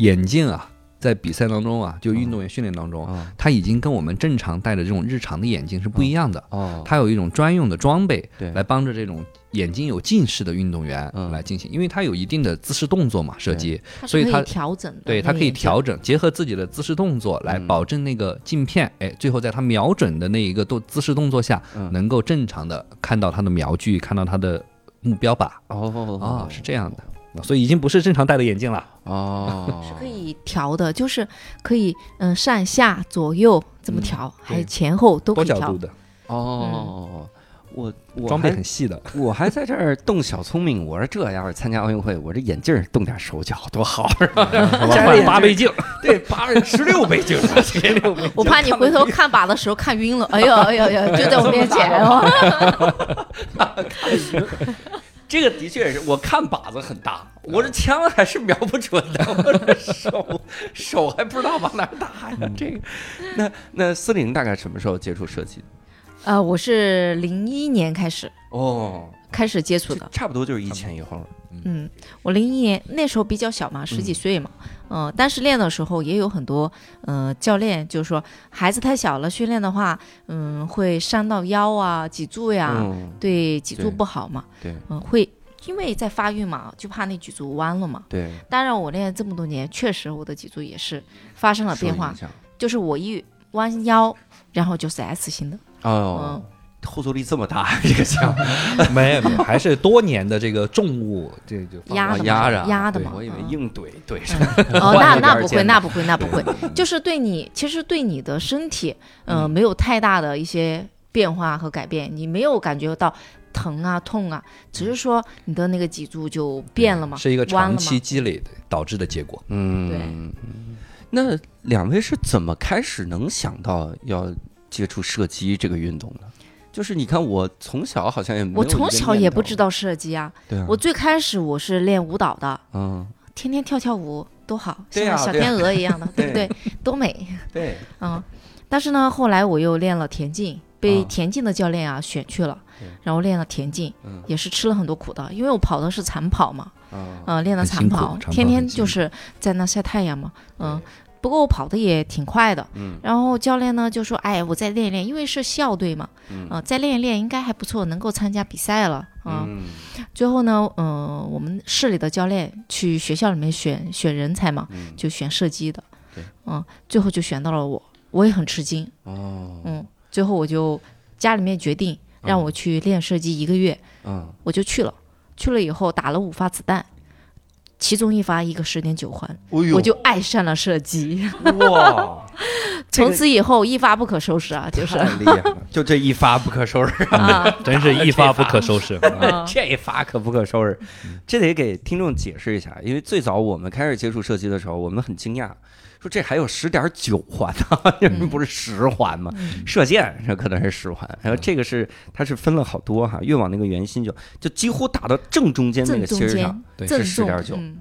眼镜啊，在比赛当中啊，就运动员训练当中，啊，它已经跟我们正常戴的这种日常的眼镜是不一样的，哦，它有一种专用的装备对，来帮着这种。眼睛有近视的运动员嗯来进行，因为他有一定的姿势动作嘛，射击，它所以是可它以调整的，对它他可以调整，结合自己的姿势动作来嗯保证那个镜片，哎，最后在他瞄准的那一个动姿势动作下，嗯能够正常的看到他的瞄具，看到他的目标靶哦，啊，是这样的。啊所以已经不是正常戴的眼镜了， 哦，是可以调的，就是可以嗯、上下左右这么调，还有前后都可多以角调度。的嗯哦。我我装备还很细的，我还在这儿动小聪明，我说这要是参加奥运会，我这眼镜儿动点手脚多好，是吧？好吧家里换也八倍镜， 对，八十六 倍镜，十六倍镜我怕你回头看靶的时候看晕了，哎呦哎呦哎呦，就在我面前哦。 这个的确是我看靶子很大，我这枪还是瞄不准 的，我这手手还不知道往哪儿打呀。这个，那那思玲大概什么时候接触射击？呃，我是零一年开始哦，开始接触这的，差不多就是一前一后。嗯，我零一年那时候比较小嘛，十几岁嘛，嗯、但是练的时候也有很多，呃，教练就是说孩子太小了，训练的话，嗯，会伤到腰啊、脊柱呀、嗯，对脊柱对不好嘛，对嗯、会因为在发育嘛，就怕那脊柱弯了嘛。对，当然，我练这么多年，确实我的脊柱也是发生了变受化影，响就是我一弯腰，然后就是 S 型的，哦，后坐力这么大，这个枪 没有没有，还是多年的这个重 物，这就放压啊的嘛，压压着啊的嘛，我以为嗯硬怼怼上。嗯哦，那换了那点不肩会，膀那不会，那不会，就是对你，其实对你的身体，嗯呃，没有太大的一些变化和改变，你没有感觉到疼啊、痛啊，只嗯是说你的那个脊柱就变了嘛，是一个弯长了期嘛。积累的导致的结果。嗯，那两位是怎么开始能想到要接触射击这个运动的？就是你看，我从小好像也没有我从小也不知道，道射击啊，对啊，我最开始我是练舞蹈的，嗯，天天跳跳舞多好，对像啊小对啊天鹅一 样的，对不对对？多美，对，嗯。但是呢，后来我又练了田径，被啊田径的教练啊选去了对，然后练了田径嗯，也是吃了很多苦的，因为我跑的是残跑嘛，啊，呃，练的很长辛苦跑，天长跑很天辛就苦是在那晒太阳嘛，嗯、不过我跑的也挺快的，嗯然后教练呢就说，哎，我再练一练，因为是校队嘛，嗯、再练一练应该还不错，能够参加比赛了，嗯，嗯最后呢，嗯、我们市里的教练去学校里面选选人才嘛，嗯，就选射击的对，嗯，最后就选到了我，我也很吃惊，哦，嗯，最后我就家里面决定嗯让我去练射击一个月，嗯，我就去了，去了以后打了五发子弹，其中一发一个十点九环，哎我就爱上了射击， 哇，从此以后一发不可收拾啊，就是太厉害了，就这一发不可收拾， 啊，真是一发不嗯可收拾。啊这一发可不可收拾，嗯这得给听众解释一下，因为最早我们开始接触射击的时候，我们很惊讶，说这还有十点九环呢、 这不是十环吗？嗯射箭这可能是十环，然后这个是它是分了好多哈，越往那个圆心就就几乎打到正中间那正个中心儿上间，对正是中， 10.9嗯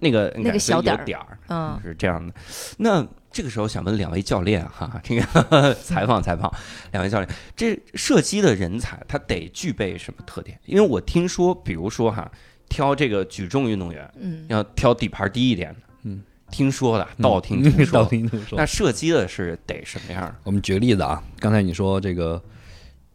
那个那个小点点儿儿点儿嗯，是这样的。那这个时候想问两位教练哈， 这个采访采访两位教练，这射击的人才他得具备什么特点？因为我听说，比如说哈，挑这个举重运动员嗯，要挑底盘低一点的，嗯，听说的，道听 途道说。听途说那。射击的是得什么样儿？我们举个例子啊，刚才你说这个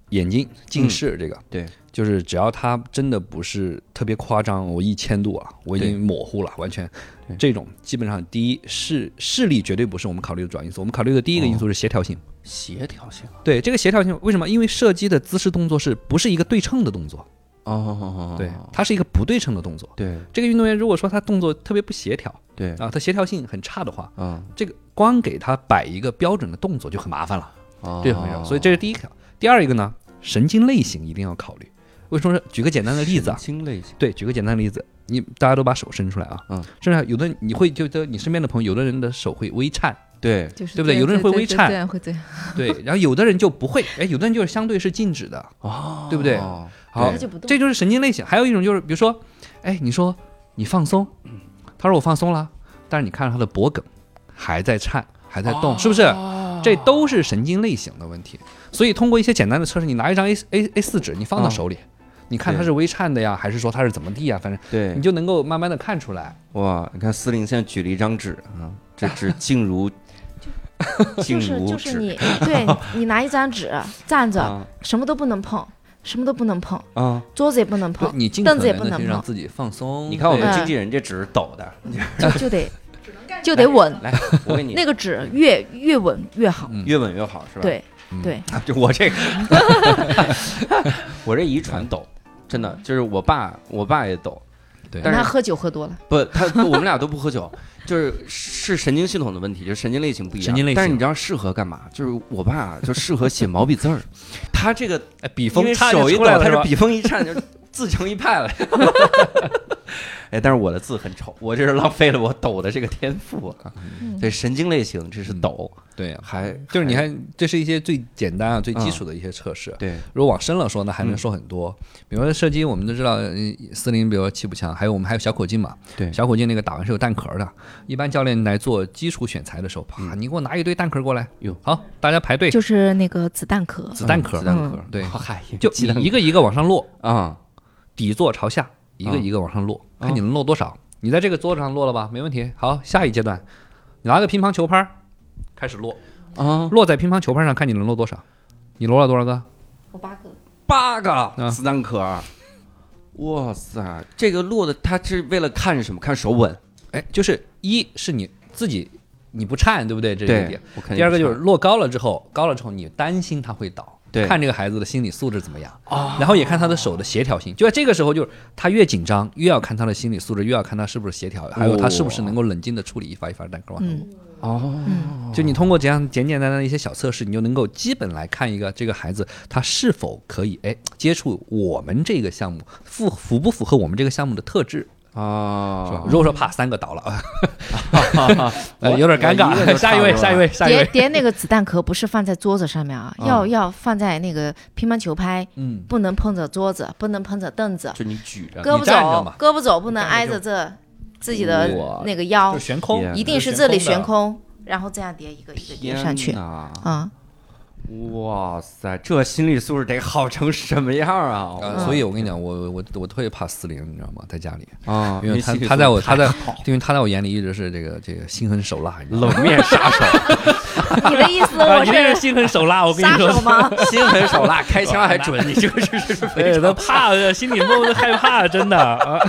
眼睛近视，这个、嗯对，就是只要它真的不是特别夸张，我一千度啊，我已对经模糊了，完全对这种基本上第一视视力绝对不是我们考虑的主要因素，我们考虑的第一个因素是协调性。哦协调性啊对这个协调性，为什么？因为射击的姿势动作是不是一个对称的动作？哦对，它是一个不对称的动作。对这个运动员如果说他动作特别不协调对，啊，他协调性很差的话，嗯，这个光给他摆一个标准的动作就很麻烦了。哦这很重要。所以这是第一条。第二一个呢，神经类型一定要考虑。为什么说？举个简单的例子啊，清类型，对，举个简单的例子，你大家都把手伸出来啊，嗯，甚至有的你会觉得你身边的朋友，有的人的手会微颤，对，就是对不这对样有的人会微颤这样会这样，对，然后有的人就不会，哎，有的人就是相对是静止的，哦，对不对好他，就不动。这就是神经类型。还有一种就是，比如说，哎，你说你放松，他说我放松了，但是你看到他的脖梗还在颤，还在动，是不是？这都是神经类型的问题。所以通过一些简单的测试，你拿一张 A A A 四纸，你放到手里，你看它嗯对是微颤的呀，还是说它是怎么地呀？反正对你，就能够慢慢的看出来。哇，你看司令现在举了一张纸啊，这纸静 如静就是如就是纸 你，对你拿一张纸站着，啊什么都不能碰，什么都不能碰，啊！桌子也不能不，碰，你尽可凳子也不能能的去让碰，自己放松。你看我们对经纪人这纸抖的，就就得就得稳，来，我给你那个纸越越稳越好。嗯越稳越好，是吧？对对， 就我这个， 我这遗传抖，真的就是我爸，我爸也抖，对但他是喝酒喝多了，不，他我们俩都不喝酒， 就是是神经系统的问题，就是神经类型不一样。神经类型但是你知道适合干嘛？就是我爸就适合写毛笔字儿，他这个哎笔因锋为差手一就抖，出来了他是这吧？笔锋一颤就自成一派了。 哎，但是我的字很丑，我这是浪费了我抖的这个天赋啊！嗯对，神经类型这是抖，对呀，还嗯就是你看，这是一些最简单啊、最基础的一些测试。对如果往深了说呢，还嗯能说很多。比如说射击，我们都知道，嗯四零，比如说气步枪，还有我们还有小口径嘛。对小口径那个打完是有弹壳的。一般教练来做基础选材的时候，啪，你给我拿一堆弹壳过来。嗯哟好，大家排队，就是那个子弹壳，子弹壳子，弹壳嗯，对嗨，就鸡蛋你一个一个往上落，啊，底座朝下，一个嗯一个往上落，嗯看你能落多少。你在这个桌子上落了吧？没问题。好，下一阶段，你拿个乒乓球拍儿开始落，啊，落在乒乓球拍上，看你能落多少。你落了多少个？我八个，八啊个子弹壳儿，哇塞，这个落的他是为了看什么？看手稳，哎，就是一是你自己你不颤，对不对？这是一点。，我看第二个就是落高了之后，高了之后你担心他会倒，对看这个孩子的心理素质怎么样，然后也看他的手的协调性。就在这个时候，就是他越紧张，越要看他的心理素质，越要看他是不是协调，还有他是不是能够冷静的处理一发一发的弹壳。嗯，哦，就你通过这样简简单单的一些小测试，你就能够基本来看一个这个孩子他是否可以哎接触我们这个项目符符不符合我们这个项目的特质。是吧 啊，如果说怕三个倒了，啊呃有点尴我一个尬。就 下一位，差不多了下一位， 下一叠位。叠那个子弹壳不是放在桌子上面啊，要要放在那个乒乓球拍，嗯，不能碰着桌子，不能碰着凳子，就你举着，胳膊站着嘛肘胳膊肘不能挨着这自己的哇那个腰就，悬空天，哦一定是这里悬空，然后这样叠一个一个叠上去天啊。哪嗯哇塞，这心理素质得好成什么样啊！啊。所以我跟你讲，我我我特别怕四零，你知道吗？在家里，啊，因为他心理素质他在我太他在好，因为他在我眼里一直是这个这个心狠手辣，你知道吗？冷面杀手，你的意思啊，我一 定是是心狠手辣，啊我跟杀你手说。 吗？ 心狠手辣，开枪还准，你这个是是非哎，常他怕， 心里默默的害怕，真的啊。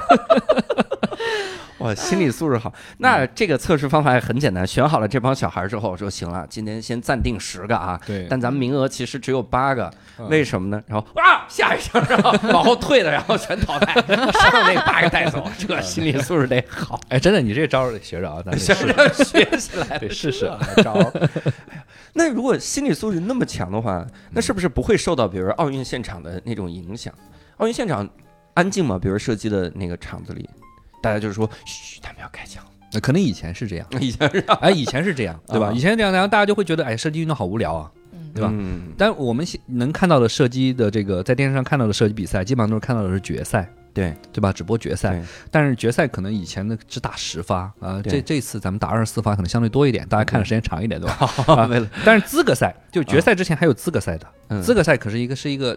哇，心理素质好。那这个测试方法也很简单，选好了这帮小孩之后，我说行了，今天先暂定十个啊，对但咱们名额其实只有八个，嗯为什么呢？然后啊，吓一跳，然后往后退了，然后全淘汰，剩那八个带 走，这心理素质得好，哎，真的，你这招儿得学着啊，咱得想试，让学起来，得试试。这招儿。哎呀那如果心理素质那么强的话，那是不是不会受到比如奥运现场的那种影响？奥运现场安静吗？比如射击的那个场子里，大家就是说，嘘，他们要开枪。那 可能以前是这 样，以前是哎，以前是这样，对吧？啊以前是这样，然后大家就会觉得，哎，射击运动好无聊啊，对吧？嗯，但我们现能看到的射击的这个，在电视上看到的射击比赛，基本上都是看到的是决赛，对对吧？只播决赛对，但是决赛可能以前的只打十发啊、呃对这这次咱们打二十四发，可能相对多一点，大家看的时间长一点，对嗯吧？啊 为了但是资格赛，就决赛之前还有资格赛的，嗯资格赛可是一个是一个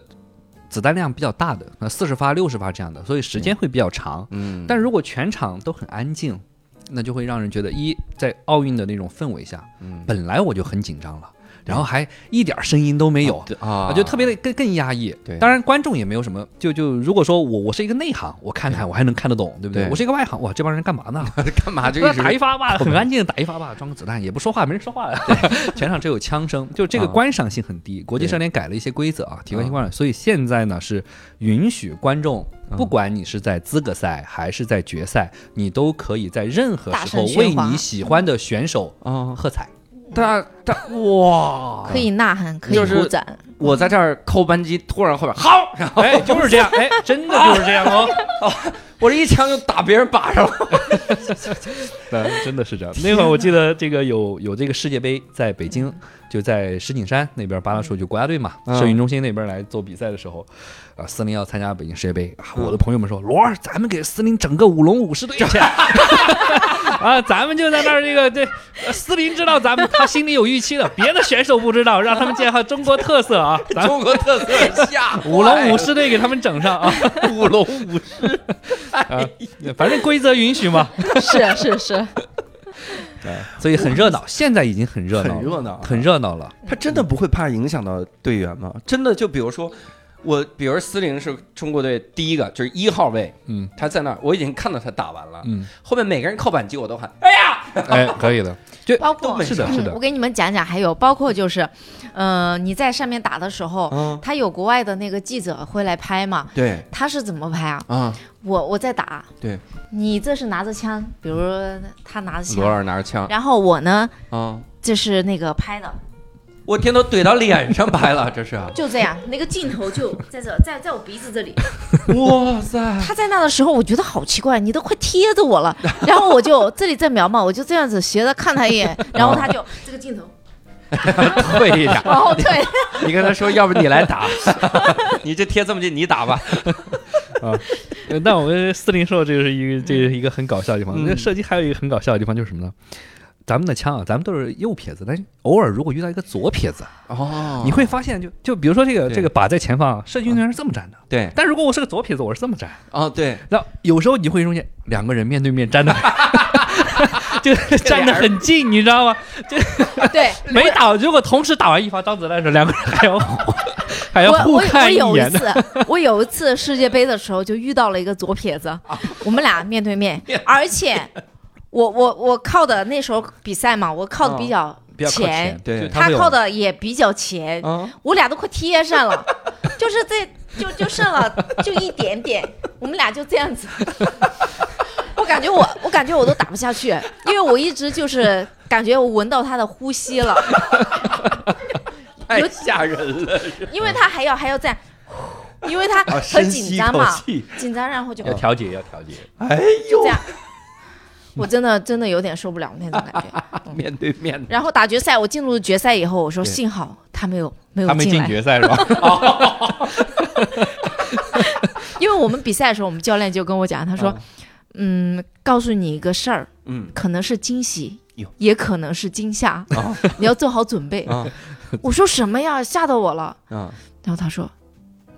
子弹量比较大的，那四十发、六十发这样的，所以时间会比较长。嗯，但如果全场都很安静，那就会让人觉得一在奥运的那种氛围下，嗯本来我就很紧张了，然后还一点儿声音都没有，啊我就特别的更更压抑。对当然观众也没有什么，就就如果说我我是一个内行，我看看我还能看得懂，对不对？对我是一个外行，哇，这帮人干嘛呢？ 干嘛就那一直打一发吧，很安静，打一发吧，装个子弹，也不说话，没人说话，啊 全场只有枪声，就这个啊观赏性很低。国际射联改了一些规则啊，提高一些观赏，所以现在呢是允许观众，不管你是在资格赛还是在决赛，你都可以在任何大时候声喧为哗你喜欢的选手啊喝彩。大大哇！可以呐喊，可以就是鼓掌，我在这儿扣扳机，突然后边好，然后 哎，就是这样，哎，真的就是这样 哦，我这一枪就打别人靶上了。对，真的是这样。那会儿我记得这个有有这个世界杯在北京，就在石景山那边，八大处就国家队嘛，嗯摄影中心那边来做比赛的时候，啊，四零幺参加北京世界杯，啊我的朋友们说，罗儿，咱们给四零整个舞龙舞狮队去， 啊，咱们就在那儿这个这呃四零知道咱们，他心里有预期的，别的选手不知道，让他们见下中国特色啊，咱们中国特 色下舞龙舞狮队给他们整上啊，舞龙舞狮， 啊，反正规则允许嘛，是是是，所以很热闹，现在已经很热闹了，很热闹很热闹了。他真的不会怕影响到队员吗？真的就比如说。我比如斯林是中国队第一个，就是一号位，嗯他在那儿，我已经看到他打完了，嗯，后面每个人扣扳机我都喊，哎呀，哎，可以的，包都括没是的，事是嗯，的我，给你们讲讲，还有包括就是，呃，你在上面打的时候，嗯他有国外的那个记者会来拍嘛，对他是怎么拍啊？啊，我我在打，对，你这是拿着枪，比如他拿着罗枪，尔拿着枪然后我呢啊，就是那个拍的，我天都怼到脸上拍了，这是，就 这样，那个镜头就在这，在在我鼻子这里。哇 塞，他在那的时候，我觉得好奇怪，你都快贴着 我了，然后我就这里在瞄嘛，我就这样子斜着看他一眼，然后他就这个镜 头退一 下，往后退，你跟他说，要不你来打， 你这贴这么近，你打吧，呃 那我们四零兽这个是一个，这是一个很搞笑的地方。嗯那射击还有一个很搞笑的地方就是什么呢？咱们的枪啊，咱们都是右撇子，但是偶尔如果遇到一个左撇子，哦你会发现就，就比如说这个对这个靶在前方啊，射击运动员是这么站的，对，但如果我是个左撇子，我是这么站。哦对，那有时候你会中间两个人面对面站的， 就站得很近，你知道吗？对，没打，如果同时打完一发张子弹的时候，两个人还要 还要我哎互我我看一有一眼的。次， 我有一次世界杯的时候就遇到了一个左撇子，啊我们俩面对面，而且我我我靠的那时候比赛嘛，我靠的比较哦比较靠前，对就他会有靠的也比较前，啊，我俩都快贴上了， 就是这就就剩了就一点点，我们俩就这样子。 我感觉我我感觉我都打不下去，因为我一直就是感觉我闻到他的呼吸了， 太吓人了，啊因为他还要还要这样，因为他很紧张嘛，紧张然后就哎要调节，要调节。就这样。我真的真的有点受不了那种感觉。面对面的，然后打决赛，我进入决赛以后，我说对幸好他没有没有他没进进来，决 赛是吧？ 因为我们比赛的时候，我们教练就跟我讲，他说啊，嗯，告诉你一个事儿，嗯，可能是惊喜哟，也可能是惊吓，啊 你要做好准备。 啊我说什么呀，吓到我了。啊，然后他说，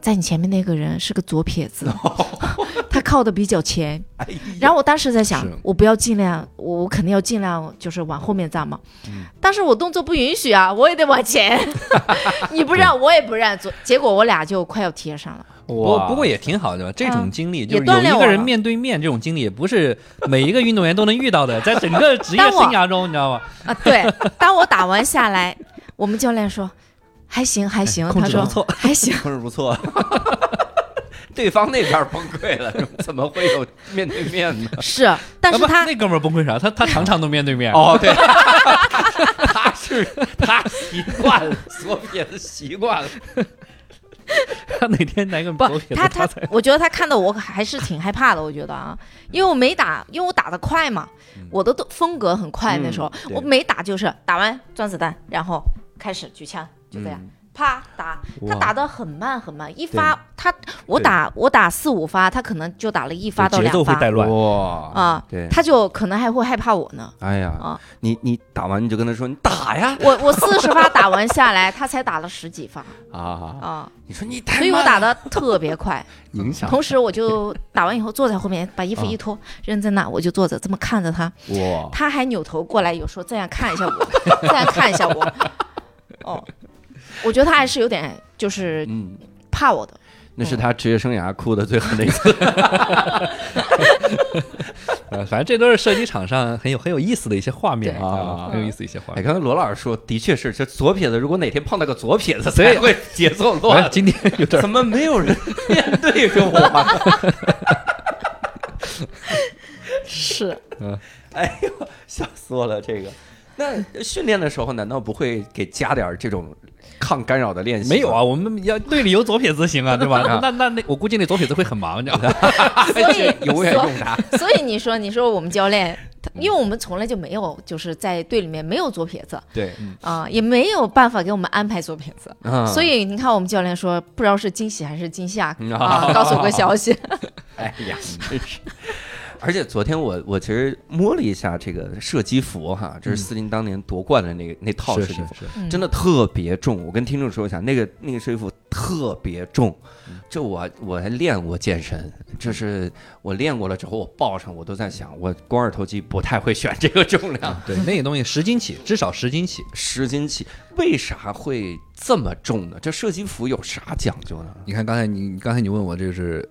在你前面那个人是个左撇子， 他靠的比较前。然后我当时在想是，我不要尽量，我我肯定要尽量就是往后面站嘛。但是我动作不允许啊，我也得往前。 你不让我也不让，左结果我俩就快要贴上了。不过不过也挺好的吧？这种经历就是嗯也有锻炼一我个了人面对面这种经历，也不是每一个运动员都能遇到的，在整个职业但我生涯中，你知道吗？啊，对，当我打完下来，我们教练说。还行还行，哎控他制得说不 错还 行，不是不错。 对方那边崩溃了，怎么会有面对面呢？是，但是啊不他那哥们儿崩溃啥？他 他场场都面对面。哦， 对，他是他习惯了，左撇子习惯了。他哪天来个不左撇，子，他他才，我觉得他看到我还是挺害怕的。我觉得啊，因为我没打，因为我打的快嘛，嗯我的风格很快。那时候嗯对我没打，就是打完装子弹，然后开始举枪，就这嗯样。嗯啪打，他打的很慢很慢，一发他我打我打四五发，他可能就打了一发到节奏两会发带乱。哇啊，对，他就可能还会害怕我呢哎呀，啊！你你打完你就跟他说你打呀我我四十发打完下来，他才打了十几发啊，啊，你说你太所以我慢打了的特别快。影响同时，我就打完以后坐在后面，把衣服一脱，扔在那，我就坐着这么看着他，哇，他还扭头过来，有时候这样看一下我，这样看一下我。哦，我觉得他还是有点就是嗯，怕我的。那是他职业生涯哭的最狠的一次。呃，反正这都是射击场上很有很有意思的一些画面对啊，嗯很有意思的一些画哎，面。刚才罗老师说，的确是，这左撇子如果哪天碰到个左撇子，所以才会节奏哎乱。今天有点儿怎么没有 人面对着我？啊是，哎呦，笑死我了！这个 那训练的时候难道不会给加点儿这种抗干扰的练习？没有，啊，我们要队里有左撇子行啊，对吧？那那那，我估计那左撇子会很忙，你知道吗？所以 永远用 它。所以你说，你说我们教练，他因为我们从来就没有就是在队里面没有左撇子对，啊、也没有办法给我们安排左撇子，啊所以你看我们教练说，不知道是惊喜还是惊吓嗯啊、告诉我个消息，哎呀，真 是。而且昨天我我其实摸了一下这个射击服哈，这是斯林当年夺冠的那个那套射嗯是击是服，是，嗯真的特别重。我跟听众说一下，那个那个睡服特别重，这我我还练过健身，就是我练过了之后，我抱上我都在想，我肱二头肌不太会选这个重量，嗯对，那个东西十斤起，至少十斤起。十斤起，为啥会这么重呢？这射击服有啥讲究呢？你看刚才你刚才你问我这个是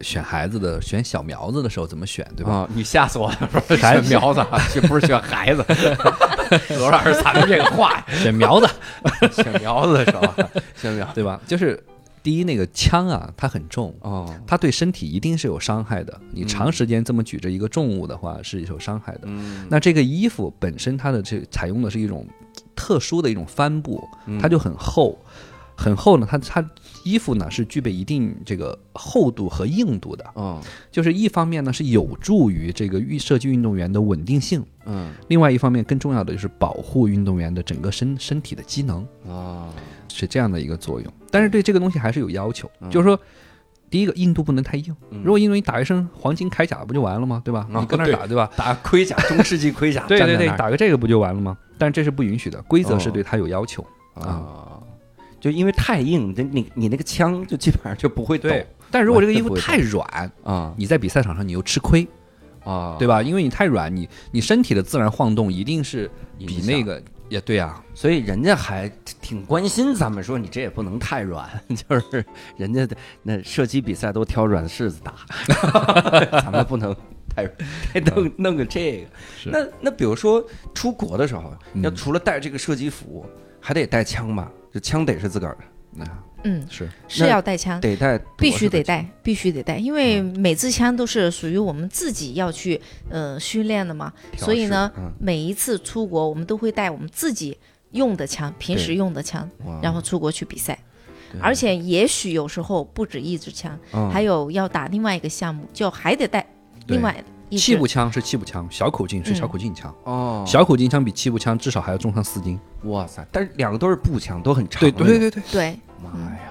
选孩子的选小苗子的时候怎么选，对吧？啊、你吓死我了！说选苗子啊，这不是选孩子。罗老师咱们这个 话，选苗子，选苗子是吧？选苗对吧？就是第一那个枪啊，它很重，哦，它对身体一定是有伤害的。你嗯长时间这么举着一个重物的话，是有伤害的。嗯，那这个衣服本身它的这采用的是一种特殊的一种帆布，它就很厚，很厚呢。它它衣服呢是具备一定这个厚度和硬度的，哦，就是一方面呢是有助于这个运射击运动员的稳定性，嗯另外一方面更重要的就是保护运动员的整个身身体的机能。哦，是这样的一个作用。但是对这个东西还是有要求，嗯就是说，第一个硬度不能太硬。嗯如果硬度你打一身黄金铠甲不就完了吗？对吧？啊你跟那儿对打对吧？打盔甲，中世纪盔甲，对对站对，在打个这个不就完了吗？但是这是不允许的，规则哦是对它有要求。那儿啊，就因为太硬，这你你那个枪就基本上就不会抖对，但如果这个这衣服不会太软，啊你在比赛场上你又吃亏，啊，对吧？因为你太软，你你身体的自然晃动一定是影比响那个也对啊，所以人家还挺关心咱们，说你这也不能太软， 就是人家的那射击比赛都挑软柿子打， 咱们不能太软，得弄弄个这个。嗯是那那比如说出国的时候，嗯要除了带这个射击服，还得带枪吧？就枪得是自个儿的，嗯，是是要带枪，得带，必须得。带，必须得带，因为每支枪都是属于我们自己要去呃训练的嘛，调所以试呢，嗯每一次出国我们都会带我们自己用的枪，平时用的枪，哇然后出国去比赛。而且也许有时候不止一支枪，嗯还有要打另外一个项目，就还得带对另外一嗯气支步。枪是气步枪，小口径是小口径枪，哦，小口径枪比气步枪至少还要重上四斤。哇塞！但是两个都是步枪，都很长。对对，对对，对，妈呀！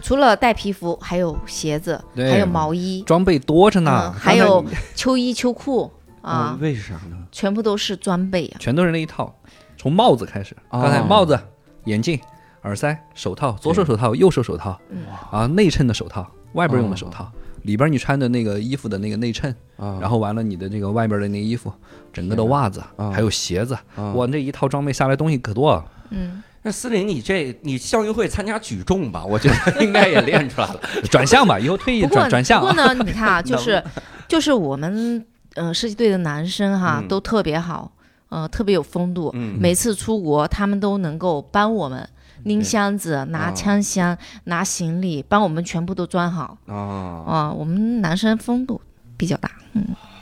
除了带皮服，还有鞋子，对还有毛衣，装备多着呢嗯，，还刚才有你秋衣秋裤嗯啊，为啥呢？全部都是装备啊。全都是那一套，从帽子开始。哦刚才帽子、眼镜、耳塞、手套，左手手套、右手手套，嗯啊，内衬的手套，外边用哦的手套，里边你穿的那个衣服的那个内衬，啊然后完了你的这个外边的那个衣服，整个的袜子，啊还有鞋子，啊哇，这一套装备下来东西可多了。嗯，那思玲，你这你校运会参加举重吧？ 我觉得应该也练出来 了。转向吧，以后退役不过转转向不过啊。呢，你看 啊，就是就是我们呃设计队的男生哈、嗯都特别好，呃特别有风度，嗯每次出国他们都能够帮我嗯们拎箱子、拿啊枪箱、拿行李，帮我们全部都装好啊，啊、我们男生风度比较大，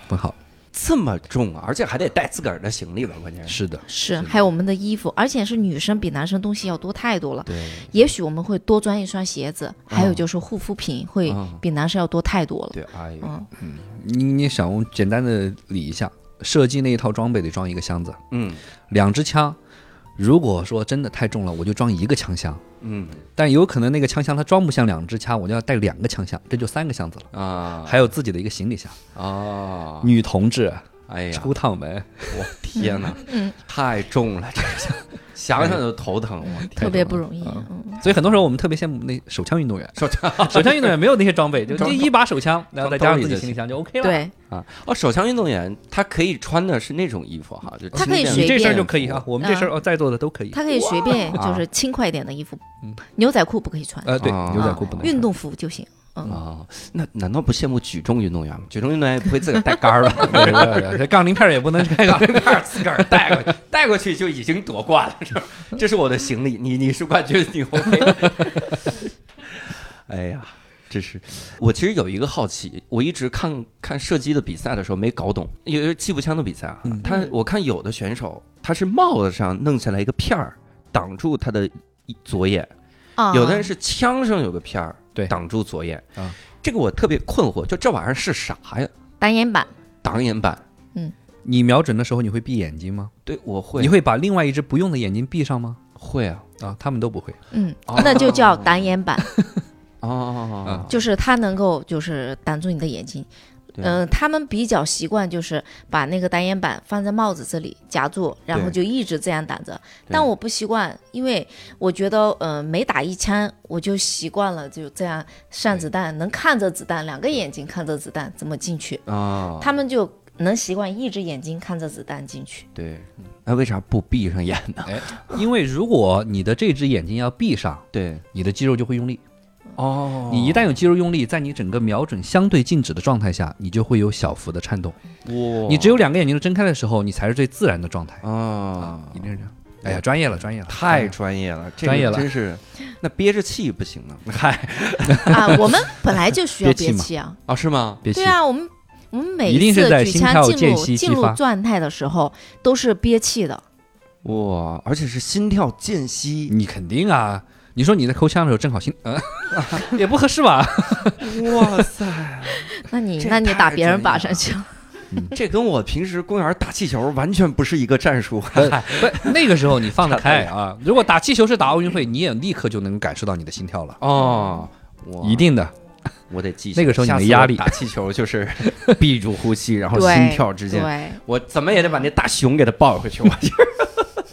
很好，这么重啊，而且还得带自个儿的行李吧？关键是是的，是还有我们的衣服，而且是女生比男生东西要多太多了。对，也许我们会多装一双鞋子，还有就是护肤品会嗯比男生要多太多了。对，哎呦，嗯，你你想我简单的理一下，射击那一套装备得装一个箱子，嗯两支枪，如果说真的太重了，我就装一个枪箱。嗯但有可能那个枪箱它装不下两支枪，我就要带两个枪箱，这就三个箱子了，嗯啊，还有自己的一个行李箱。啊，女同志哎呀，出趟门，我天 哪，嗯太重了，这个 想想就头哎疼，我天，特别不容易。嗯，所以很多时候我们特别羡慕那手枪运动员，手枪手枪运动员没有那些装备，就装就一把手枪，然后再装兜加上里自己就行李箱就 OK 了。，对，啊，哦，手枪运动员他可以穿的是那种衣服哈，就他可以轻随便你这便事儿就可以啊，我们这嗯事儿哦在座的都可以。他可以随便哇就是轻快一点的衣服嗯，牛仔裤不可以穿，呃，对，啊牛仔裤不能穿。运动服就行。嗯，啊，那难道不羡慕举重运动员吗？举重运动员也不会自个儿带杆儿吧？对对对对杠铃片儿也不能开杠。没办法，自个儿带过去，带过去就已经夺冠了，是吧？这是我的行李，你你是冠军，你 OK。哎呀，这是我其实有一个好奇，我一直嗯看看射击的比赛的时候没搞懂，有有气步枪的比赛啊，他我看有的选手他他是帽子上弄下来一个片儿挡住他的一左眼，啊，有的人是枪上有个片儿对挡住左眼啊。这个我特别困惑，就这玩意儿是啥呀？单眼板，挡眼板？你瞄准的时候，你会闭眼睛吗？对，我会，你会把另外一只不用的眼睛闭上吗？会啊？啊，他们都不会。嗯，哦那就叫单眼板，啊哦， 就是它能够就是挡住你的眼睛。对啊嗯、他们比较习惯就是把那个单眼板放在帽子这里夹住，然后对就一直这样挡着。对但我不习惯，因为我觉得，呃，每打一枪我就习惯了，就这样上子弹，能看着子弹，两个眼睛看着子弹怎么进去，哦，他们就能习惯一只眼睛看着子弹进 去。对，那为啥不闭上眼呢？因为如果你的这只眼睛要闭上， 对，你的肌肉就会用力。 哦你一旦有肌肉用力，在你整个瞄准相对静止的状态下，你就会有小幅的颤动。哇，你只有两个眼睛睁开的时候，你才是最自然的状态。啊一，定是这样。哎呀，专业了，专业了，太专业了，这个专业了真是。那憋着气不行呢？ 嗨，啊，我们本来就需要憋气憋嘛气啊，啊，是吗？别气对。啊，我们我们每一定是次在举心跳枪进间入隙进激入发状态的时候都是憋气的，哇，而且是心跳间隙，你肯定啊！你说你在抠枪的时候正好 心，呃，也不合适吧？哇塞！那你这那你太打别专人业了靶上去了， 这跟我平时公园打气球完全不是一个战术。不，那个时候你放得开 啊！如果打气球是打奥运会，你也立刻就能感受到你的心跳了， 哦，我一，定的。我得记。那个时候你下的次压我力打气球就是 闭住呼吸，哦然后对心跳之间，对，我怎么也得把那大熊给它抱回 去。我就是，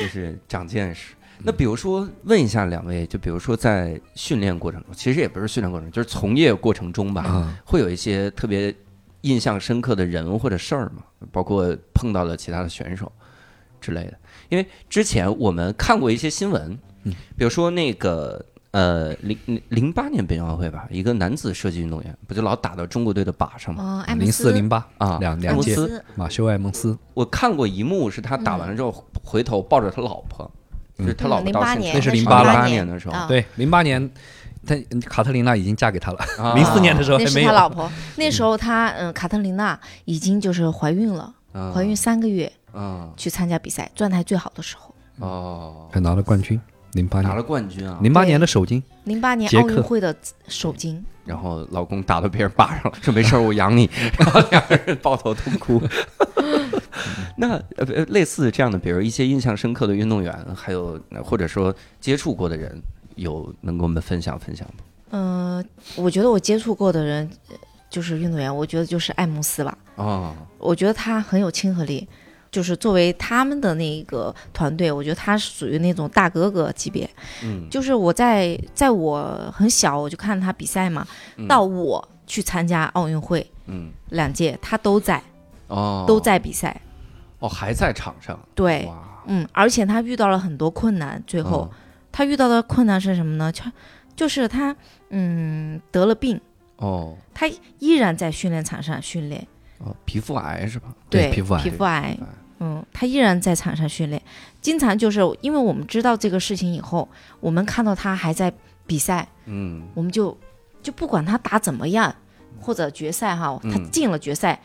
就是长见识。那比如说，问一下两位，就比如说在训练过程中，其实也不是训练过程中，就是从业过程中吧，啊会有一些特别印象深刻的人或者事儿嘛，包括碰到了其他的选手之类的。因为之前我们看过一些新闻，嗯比如说那个呃零零八年北京奥运会吧，一个男子射击运动员不就老打到中国队的靶上吗？哦，艾姆嗯零四斯零八啊，两艾两姆届斯斯，马修埃蒙斯，我看过一幕是他打完了之后回头抱着他老婆，嗯就是他老婆嗯到08现年场那是零08了08年年的时候，啊对，零八年，他卡特琳娜已经嫁给他了，啊零四年的时候那还是没他有。嗯老婆。那时候他嗯，卡特琳娜已经就是怀孕了，嗯怀孕三个月嗯去参加比赛，状态最好的时候。哦，还拿了冠军，零八拿年，了冠军啊，零八对年的首金，零八年捷奥克运会的首金，然后老公打到别人巴上了，说没事儿，我养 你，然后两个人抱头痛哭。那呃呃类似这样的，比如一些印象深刻的运动员，还有呃或者说接触过的人，有能跟我们分享分享吗？嗯、我觉得我接触过的人呃就是运动员，我觉得就是艾姆斯吧，哦，我觉得他很有亲和力。就是作为他们的那个团队，我觉得他是属于那种大哥哥级别。嗯，就是我在在我很小我就看他比赛嘛，嗯到我去参加奥运会嗯，两届，他都在哦，都在比赛。哦，还在场上，对，哇，嗯嗯，而且他遇到了很多困难，最后、他遇到的困难是什么呢？就就是他嗯得了病，嗯哦他依然在训练场上训练，哦，皮肤癌是吧？对皮皮肤癌癌肤癌嗯，他依然在场上训练，经常就是因为我们知道这个事情以后，我们看到他还在比赛，嗯，我们就就不管他打怎么样，或者决赛哈，嗯他进了决赛，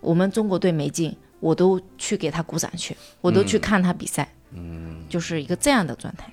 我们中国队没进，我都去给他鼓掌去，我都去看他比赛，嗯，就是一个这样的状态。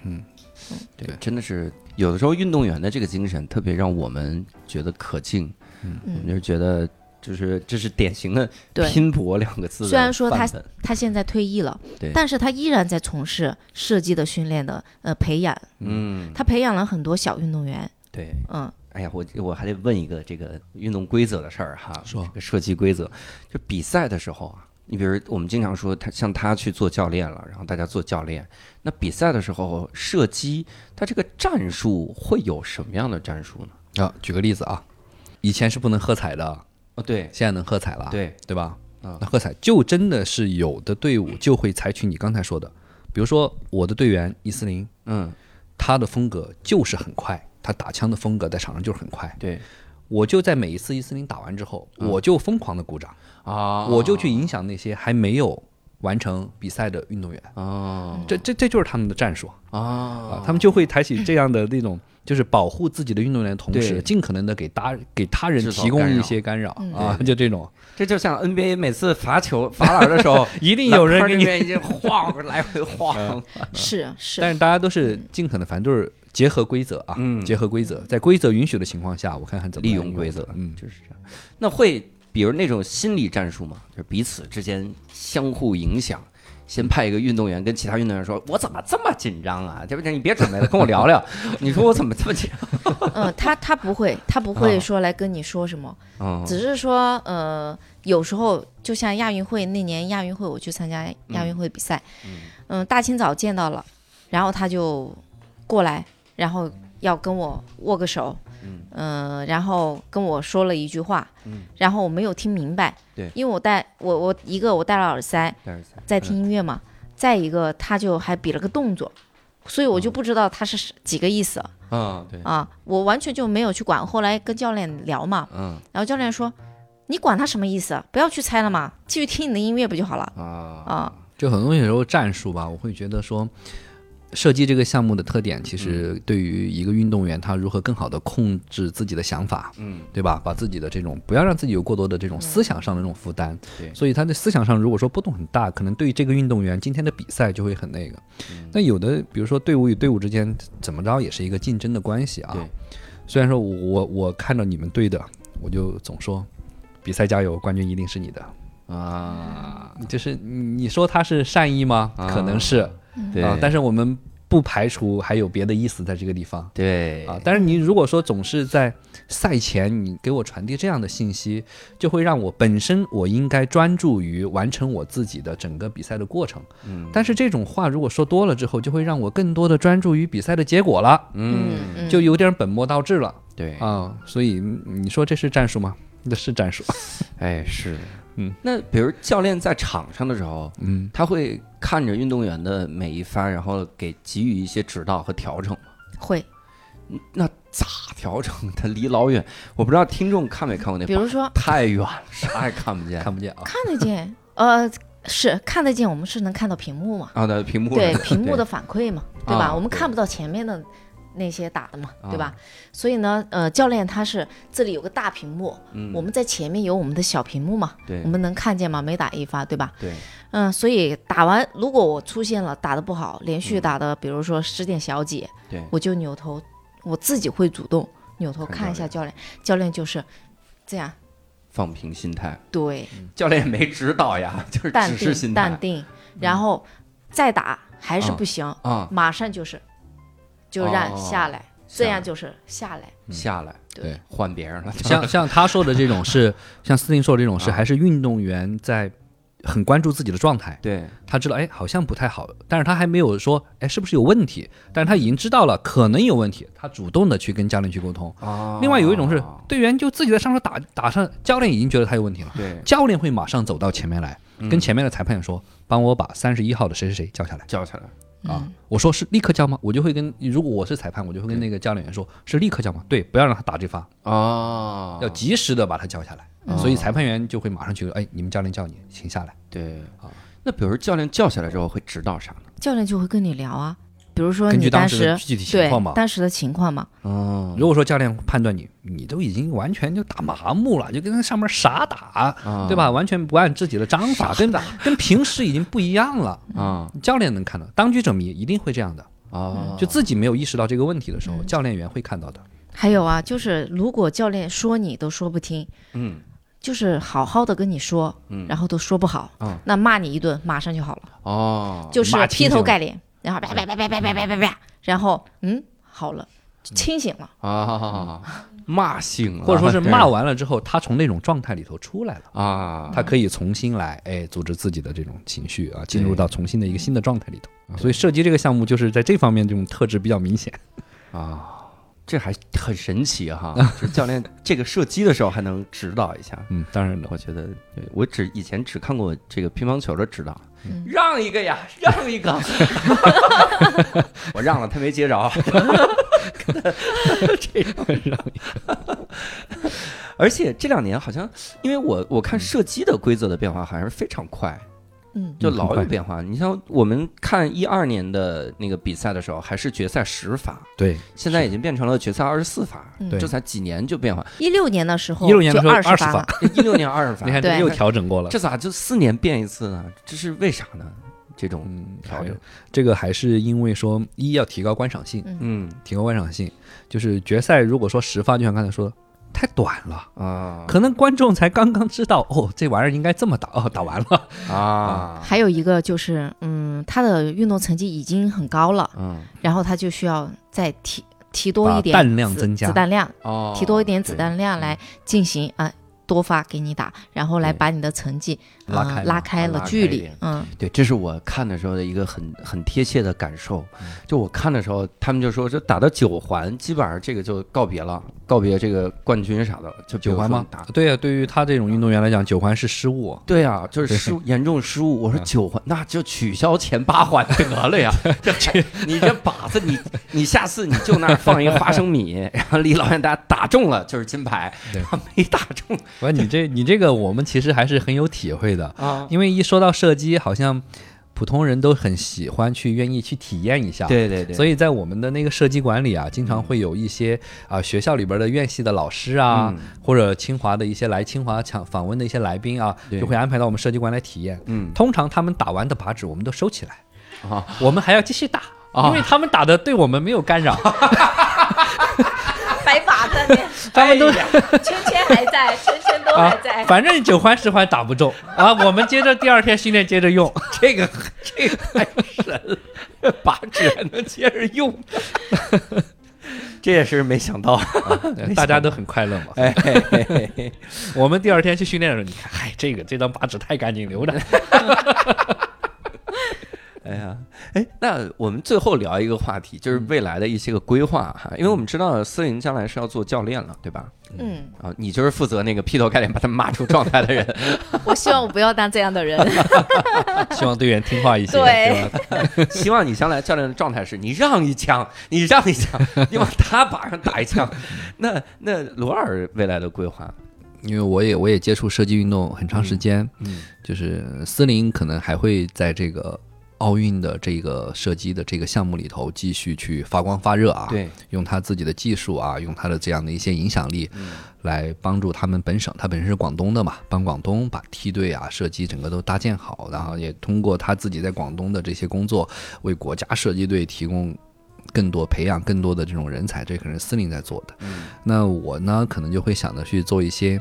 对，真的是有的时候运动员的这个精神特别让我们觉得可敬，我们嗯，就觉得就是这是典型的对拼搏两个字的虽然说他范本他现在退役了对，但是他依然在从事射击的训练的呃培养，嗯，他培养了很多小运动员，对，嗯，哎呀，我我还得问一个这个运动规则的事儿哈，说这个射击规则，就比赛的时候啊，你比如我们经常说他像他去做教练了，然后大家做教练，那比赛的时候射击，他这个战术会有什么样的战术呢？啊，举个例子啊，以前是不能喝彩的，哦，对现在能喝彩了，对，对嗯吧？啊那喝彩就真的是有的队伍就会采取你刚才说的，比如说我的队员易思林，嗯，他的风格就是很快，他打枪的风格在场上就是很快。对我就在每一嗯次易思林打完之后，我就疯狂的鼓掌，啊我就去影响那些还没有完成比赛的运动员。哦这这这就是他们的战术哦啊，他们就会采取这样的那种，就是保护自己的运动员，同时对尽可能的给他给他人制造提供干扰一些干扰嗯啊，就这种，这就像 NBA 每次罚球罚篮的时 候，一定有人篮给筐你那，边已经晃来回晃，是是，但是大家都是尽可能，反正就是结合规则啊，嗯结合规则，在规则允许的情况下，我看看怎么利样用规则，嗯，就是这样。那会比如那种心理战术嘛，就是彼此之间相互影响。先派一个运动员跟其他运动员说：“我怎么这么紧张啊？对不对？你别准备了，跟我聊 聊。你说我怎么这么紧嗯，他他不会，他不啊会说来跟你说什么，张？”哦只是说，呃，有时候就像亚运会那年亚运会，我去参加亚运会比赛，嗯、大清早见到了，然后他就过来，然后要跟我握个手，嗯、然后跟我说了一句话，然后我没有听明白，嗯对因为我戴我我一个我戴了耳塞戴耳塞嗯在听音乐嘛，再一个他就还比了个动作，所以我就不知道他是几个意思。嗯啊，对，啊，我完全就没有去管。后来跟教练聊嘛，嗯然后教练说：“你管他什么意思？不要去猜了嘛，继续听你的音乐不就好了啊，啊就很多东西有时候战术吧，我会觉得说，射击这个项目的特点，其实嗯对于一个运动员，他如何更好的控制自己的想法，嗯，对吧？把自己的这种不要让自己有过多的这种思想上的这种负担。对所以他的思想上如果说波动很大，可能对于这个运动员今天的比赛就会很那个。嗯那有的，比如说队伍与队伍之间怎么着也是一个竞争的关系啊对。虽然说我我我看到你们队的，我就总说，比赛加油，冠军一定是你的。啊，就是你你说他是善意吗？啊可能是对啊，，但是我们不排除还有别的意思在这个地方对啊。但是你如果说总是在赛前你给我传递这样的信息，就会让我本身我应该专注于完成我自己的整个比赛的过程。嗯但是这种话如果说多了之后，就会让我更多的专注于比赛的结果了，？”嗯，嗯，就有点本末倒置了对，啊。所以嗯你说这是战术吗？那是 战术，哎是，嗯，那比如教练在场上的时候，嗯。他会看着运动员的每一发，然后给给予一些指导和调整吗。嗯会。那咋调整？他离老远，我不知道听众看没看过那比榜，如说太远了，啥也看不见。看不见啊，看得见，呃，是看得见，我们是能看到屏幕嘛？啊，对，屏幕对上，屏幕的反馈嘛，对吧？啊我们看不到前面的那些打的嘛，对吧？所以呢，呃，教练他是这里有个大屏幕，嗯我们在前面有我们的小屏幕嘛，对我们能看见吗？每打一发，对吧？对，嗯，所以打完，如果我出现了打的不好，连续打的，比如说失点小几，嗯对我就扭头，我自己会主动扭头看看一教下教练，教练就是这样，放平心态，对，教练也没指导呀， 就是淡只是定心态淡定，然后再打还是啊不行，啊，马上就是就让哦下来，下这来样就是下来，下来，对，换别人了，嗯像像他说的这 种是，像斯汀说的这种是，啊还是运动员在很关注自己的状 态，对，他知道哎好像不太好，但是他还没有说哎是不是有问题，但是他已经知道了可能有问题，他主动的去跟教练去沟通。啊另外有一种是队员就自己在上手打打上，教练已经觉得他有问题了，对，教练会马上走到前面来，嗯跟前面的裁判说帮我把三十一号的谁谁谁叫下来。叫起来，啊，我说是立刻叫吗？我就会跟，如果我是裁判，我就会跟那个教练员说，是立刻叫吗？对，不要让他打这发，哦，要及时的把他叫下来。嗯所以裁判员就会马上去，哎，你们教练叫你，请下来。对那比如教练叫下来之后会指导啥呢？教练就会跟你聊啊，比如说根据你当当时的时具体情对况嘛。嗯当时的情况嘛，哦，如果说教练判断你，你都已经完全就打麻木了，就跟那上面傻打，啊对吧？完全不按自己的章法，跟跟平时已经不一样了。啊教练能看到，当局者迷，一定会这样的。啊，就自己没有意识到这个问题的时候，教练员会看到的。还有啊，就是如果教练说你都说不听，嗯，就是好好的跟你说，嗯然后都说不好，啊那骂你一顿，马上就好了，哦，就是骂清劈醒头了盖脸，然后啪啪啪啪啪啪啪啪啪，然后嗯，好了，嗯清醒了，啊，骂醒了，或者说是骂完了之后，他从那种状态里头出来了，啊，他可以重新来，哎，组织自己的这种情绪啊，进入到重新的一个新的状态里头。所以射击这个项目就是在这方面这种特质比较明显。啊，这还很神奇哈！就是教练这个射击的时候还能指导一下，嗯，当然了，我觉得对我只以前只看过这个乒乓球的指导，嗯让一个呀，让一个，我让了他没接着，这样让。而且这两年好像，因为我我看射击的规则的变化好像是非常快，嗯就嗯老很有快变化。你像我们看一二年的那个比赛的时候，还是决赛十法，对，现在已经变成了决赛二十四法，嗯对这才几年就 变化。一六年的时候， 16年的时候哦二20发发，一六年二十法，你看这对又调整过了。这咋就四年变一次呢？这是为啥呢？这种嗯，调整，这个还是因为说一要提高观赏性，嗯，嗯提高观赏性，就是决赛如果说十发，就像刚才说的，哦太短了。啊可能观众才刚刚知道哦，这玩意儿应该这么打哦，打完了，啊，还有一个就是，嗯，他的运动成绩已经很高了，嗯然后他就需要再提提多把一点弹量子增加嗯子弹量哦，提多一点子对弹量来进行啊。多发给你打，然后来对把你的成绩拉啊开拉嘛开拉了开距一离点，嗯，对，这是我看的时候的一个很很贴切的感受。就我看的时候，他们就说，这打到九环，基本上这个就告别了，告别这个冠军啥的。就比如九环嗯说吗打？对呀、对于他这种运动员来讲，九环是失误。对啊，就是对失误严重失误。我说嗯九环，那就取消前八环得了呀！这你这靶子，你你下次你就那儿放一个花生米，然后离老远打打中了就是金牌，对然后没打中完，你这你这个我们其实还是很有体会的，啊。因为一说到射击，好像普通人都很喜欢去愿意去体验一 下。。对对对，所以以在我们的那个射击馆里啊，经常会有一些啊、学校里边的院系的老师啊，嗯或者清华的一些来清华抢访问的一些来宾啊，对就会安排到我们射击馆来体验。嗯通常他们打完的靶纸我们都收起来，啊我们还要继续打，啊因为他们打的对我们没有 干扰，白马在那边，他们都、圈圈还在，圈圈都还啊哎在，，反正九环十环打不中啊，我们接着第二天训练接着 用，这个这个太神了，把纸还能接着用，这也是没想到。 啊大家都很快乐嘛。哎，嘿嘿嘿嘿我们第二天去训练的时候，你看，嗨，这个这张靶纸太干净，留 着。哎呀，哎，那我们最后聊一个话题，嗯就是未来的一些个规划哈，因为我们知道思颖将来是要做教练了，对吧？嗯，啊，你就是负责那个劈头盖脸把他们骂出状态的人。我希望我不要当这样的人。希望队员听话一些，对吧？希望你将来教练的状态是你让一枪，你让一枪，你往他靶上打一枪。那那罗尔未来的规划，因为我也我也接触射击运动很长时间，嗯就是斯林可能还会在这个奥运的这个射击的这个项目里头继续去发光发热啊，，对，用他自己的技术啊，用他的这样的一些影响力，来帮助他们本省，他本身是广东的嘛，帮广东把梯队啊、射击整个都搭建好，然后也通过他自己在广东的这些工作，为国家射击队提供更多培养更多的这种人才，这可能是司令在做的。嗯那我呢，可能就会想着去做一些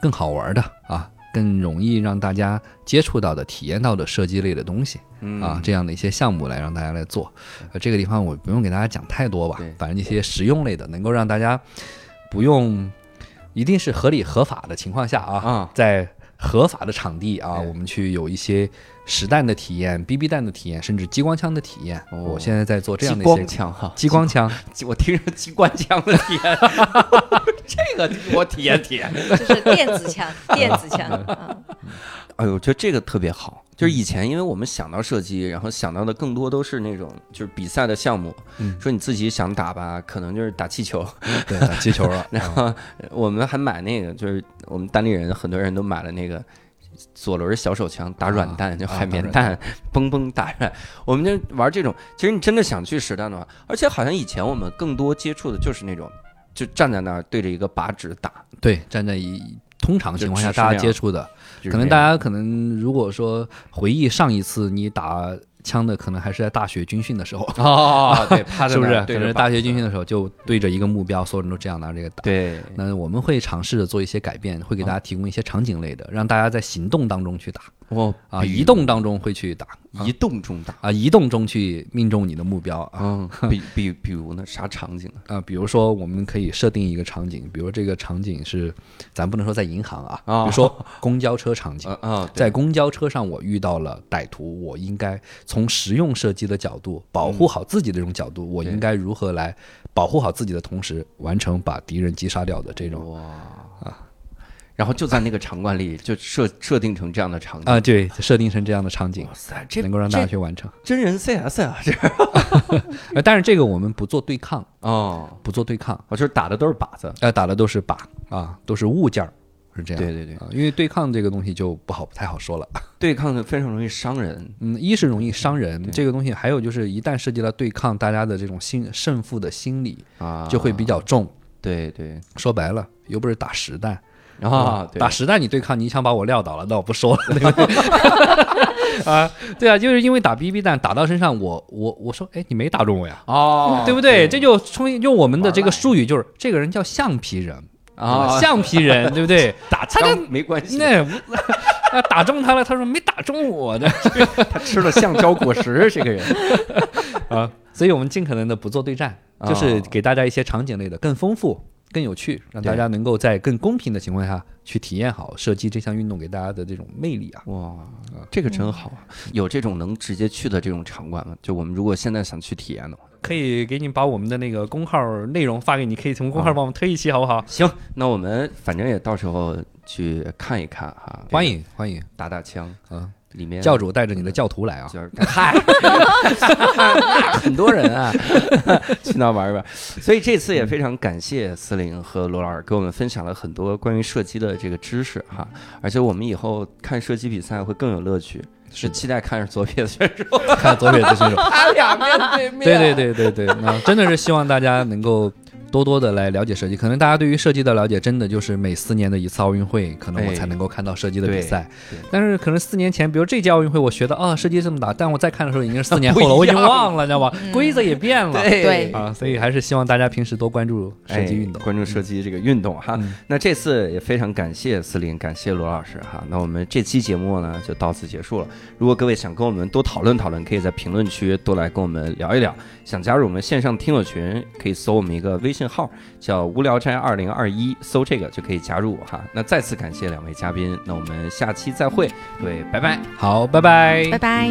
更好玩的啊，更容易让大家接触到的、体验到的射击类的东西。嗯啊，这样的一些项目来让大家来做。呃，这个地方我不用给大家讲太多吧对，反正一些实用类的，能够让大家不用，一定是合理合法的情况下啊，啊在合法的场地啊，对我们去有一些实弹的体验、BB 弹的体验，甚至激光枪的体验。哦我现在在做这 激样的一些光。枪哈，激光枪，我听着机关枪的体验， 这个我体验体验。就是电子 枪，电子枪。嗯哎呦，我觉得这个特别好。就是以前，因为我们想到射击，然后想到的更多都是那种就是比赛的项目，嗯说你自己想打吧，可能就是打气球。。对，打气球啊了 然后呃我们还买那个，就是我们单立人很多人都买了那个左轮小手枪，打软弹，啊就啊海绵打弹，嘣嘣打软。我们就玩这种。其实你真的想去实弹的话，而且好像以前我们更多接触的就是那种，就站在那儿对着一个靶纸打，对，站在一通常情况下就只是那大家样接触的，就是可能这大样家可能如果说回忆上一次你打枪的，可能还是在大学军训的时候，哦，对，趴是不是？对可能大学军训的时候就对着一个目标，所有人都这样拿这个打。对那我们会尝试着做一些改变，会给大家提供一些场景类的，让大家在行动当中去打哦啊，移动当中会去打移动中打。啊，移动中去命中你的目标啊嗯，比比比如呢，啥场景呢？啊，比如说我们可以设定一个场景，比如这个场景是，咱不能说在银行啊，比哦如说公交车场景啊，啊，对在公交车上，我遇到了歹徒，我应该从实用射击的角度，保护好自己的这种角度，我应该如何来保护好自己的同时，完成把敌人击杀掉的这哦种然后就在那个场馆里就设设定成这样的场景啊，。对，设定成这样的场景哇，塞，这能够让大家这去完成。真人 CS 啊，这呃，但是这个我们不做对抗，哦，不做对抗，我就是打的都是靶子呃，打的都是靶啊，都是物件儿，是这样。对对对，啊，因为对抗这个东西就不好不太好说了。对抗的非常容易伤人。嗯，一是容易伤人对这个东西，还有就是一旦涉及到对抗，大家的这种心胜负的心理啊，就会比较重。对对说白了，又不是打实弹啊，对打实弹你对抗，你想把我撂倒了，那我 不说了，对不对？啊，对啊，就是因为打 BB 弹打到身上，我我我说，哎，你没打中我呀，哦，对不对？这就充用我们的这个术语，就是这个人叫橡皮人啊，橡皮人，对不对？ 打他枪跟没关系，那 无啊打中他了，他说没打中我的他吃了橡胶果 实，这个人啊，所以我们尽可能的不做对战，哦就是给大家一些场景类的更丰富、更有趣，让大家能够在更公平的情况下去体验好射击这项运动给大家的这种魅力啊。哇，这个真好啊！有这种能直接去的这种场馆吗？就我们如果现在想去体验的话，可以给你把我们的那个公号内容发给你，可以从公号帮我们推一期，好不好？行，那我们反正也到时候去看一看哈，这个欢迎欢迎打打枪，啊！里面教主带着你的教徒来 啊！就是嗨，很多人啊， 去那玩一玩。所以这次也非常感谢思玲和罗老师给我们分享了很多关于射击的这个知识哈，而且我们以后看射击比赛会更有乐趣。是的期待看着左撇子选手，看左撇子选手，他俩面对面。对对对对 对，那真的是希望大家能够多多的来了解射击。可能大家对于射击的了解，真的就是每四年的一次奥运会，可能我哎才能够看到射击的比赛对对。但是可能四年前，比如这届奥运会，我学的啊、射击这么打，但我再看的时候已经是四年后 了，不我一已样经忘了，你知道吧？规则也变了。对啊，所以还是希望大家平时多关注射击运动嗯哎。关注射击这个运动哈。那这次也非常感谢司令，感谢罗老师哈。那我们这期节目呢就到此结束了。如果各位想跟我们多讨论讨论，可以在评论区多来跟我们聊一聊。想加入我们线上听友群，可以搜我们一个微信号叫“无聊斋二零二一”，搜这个就可以加入哈。那再次感谢两位嘉宾，那我们下期再会，各位拜拜。好，拜拜。拜拜。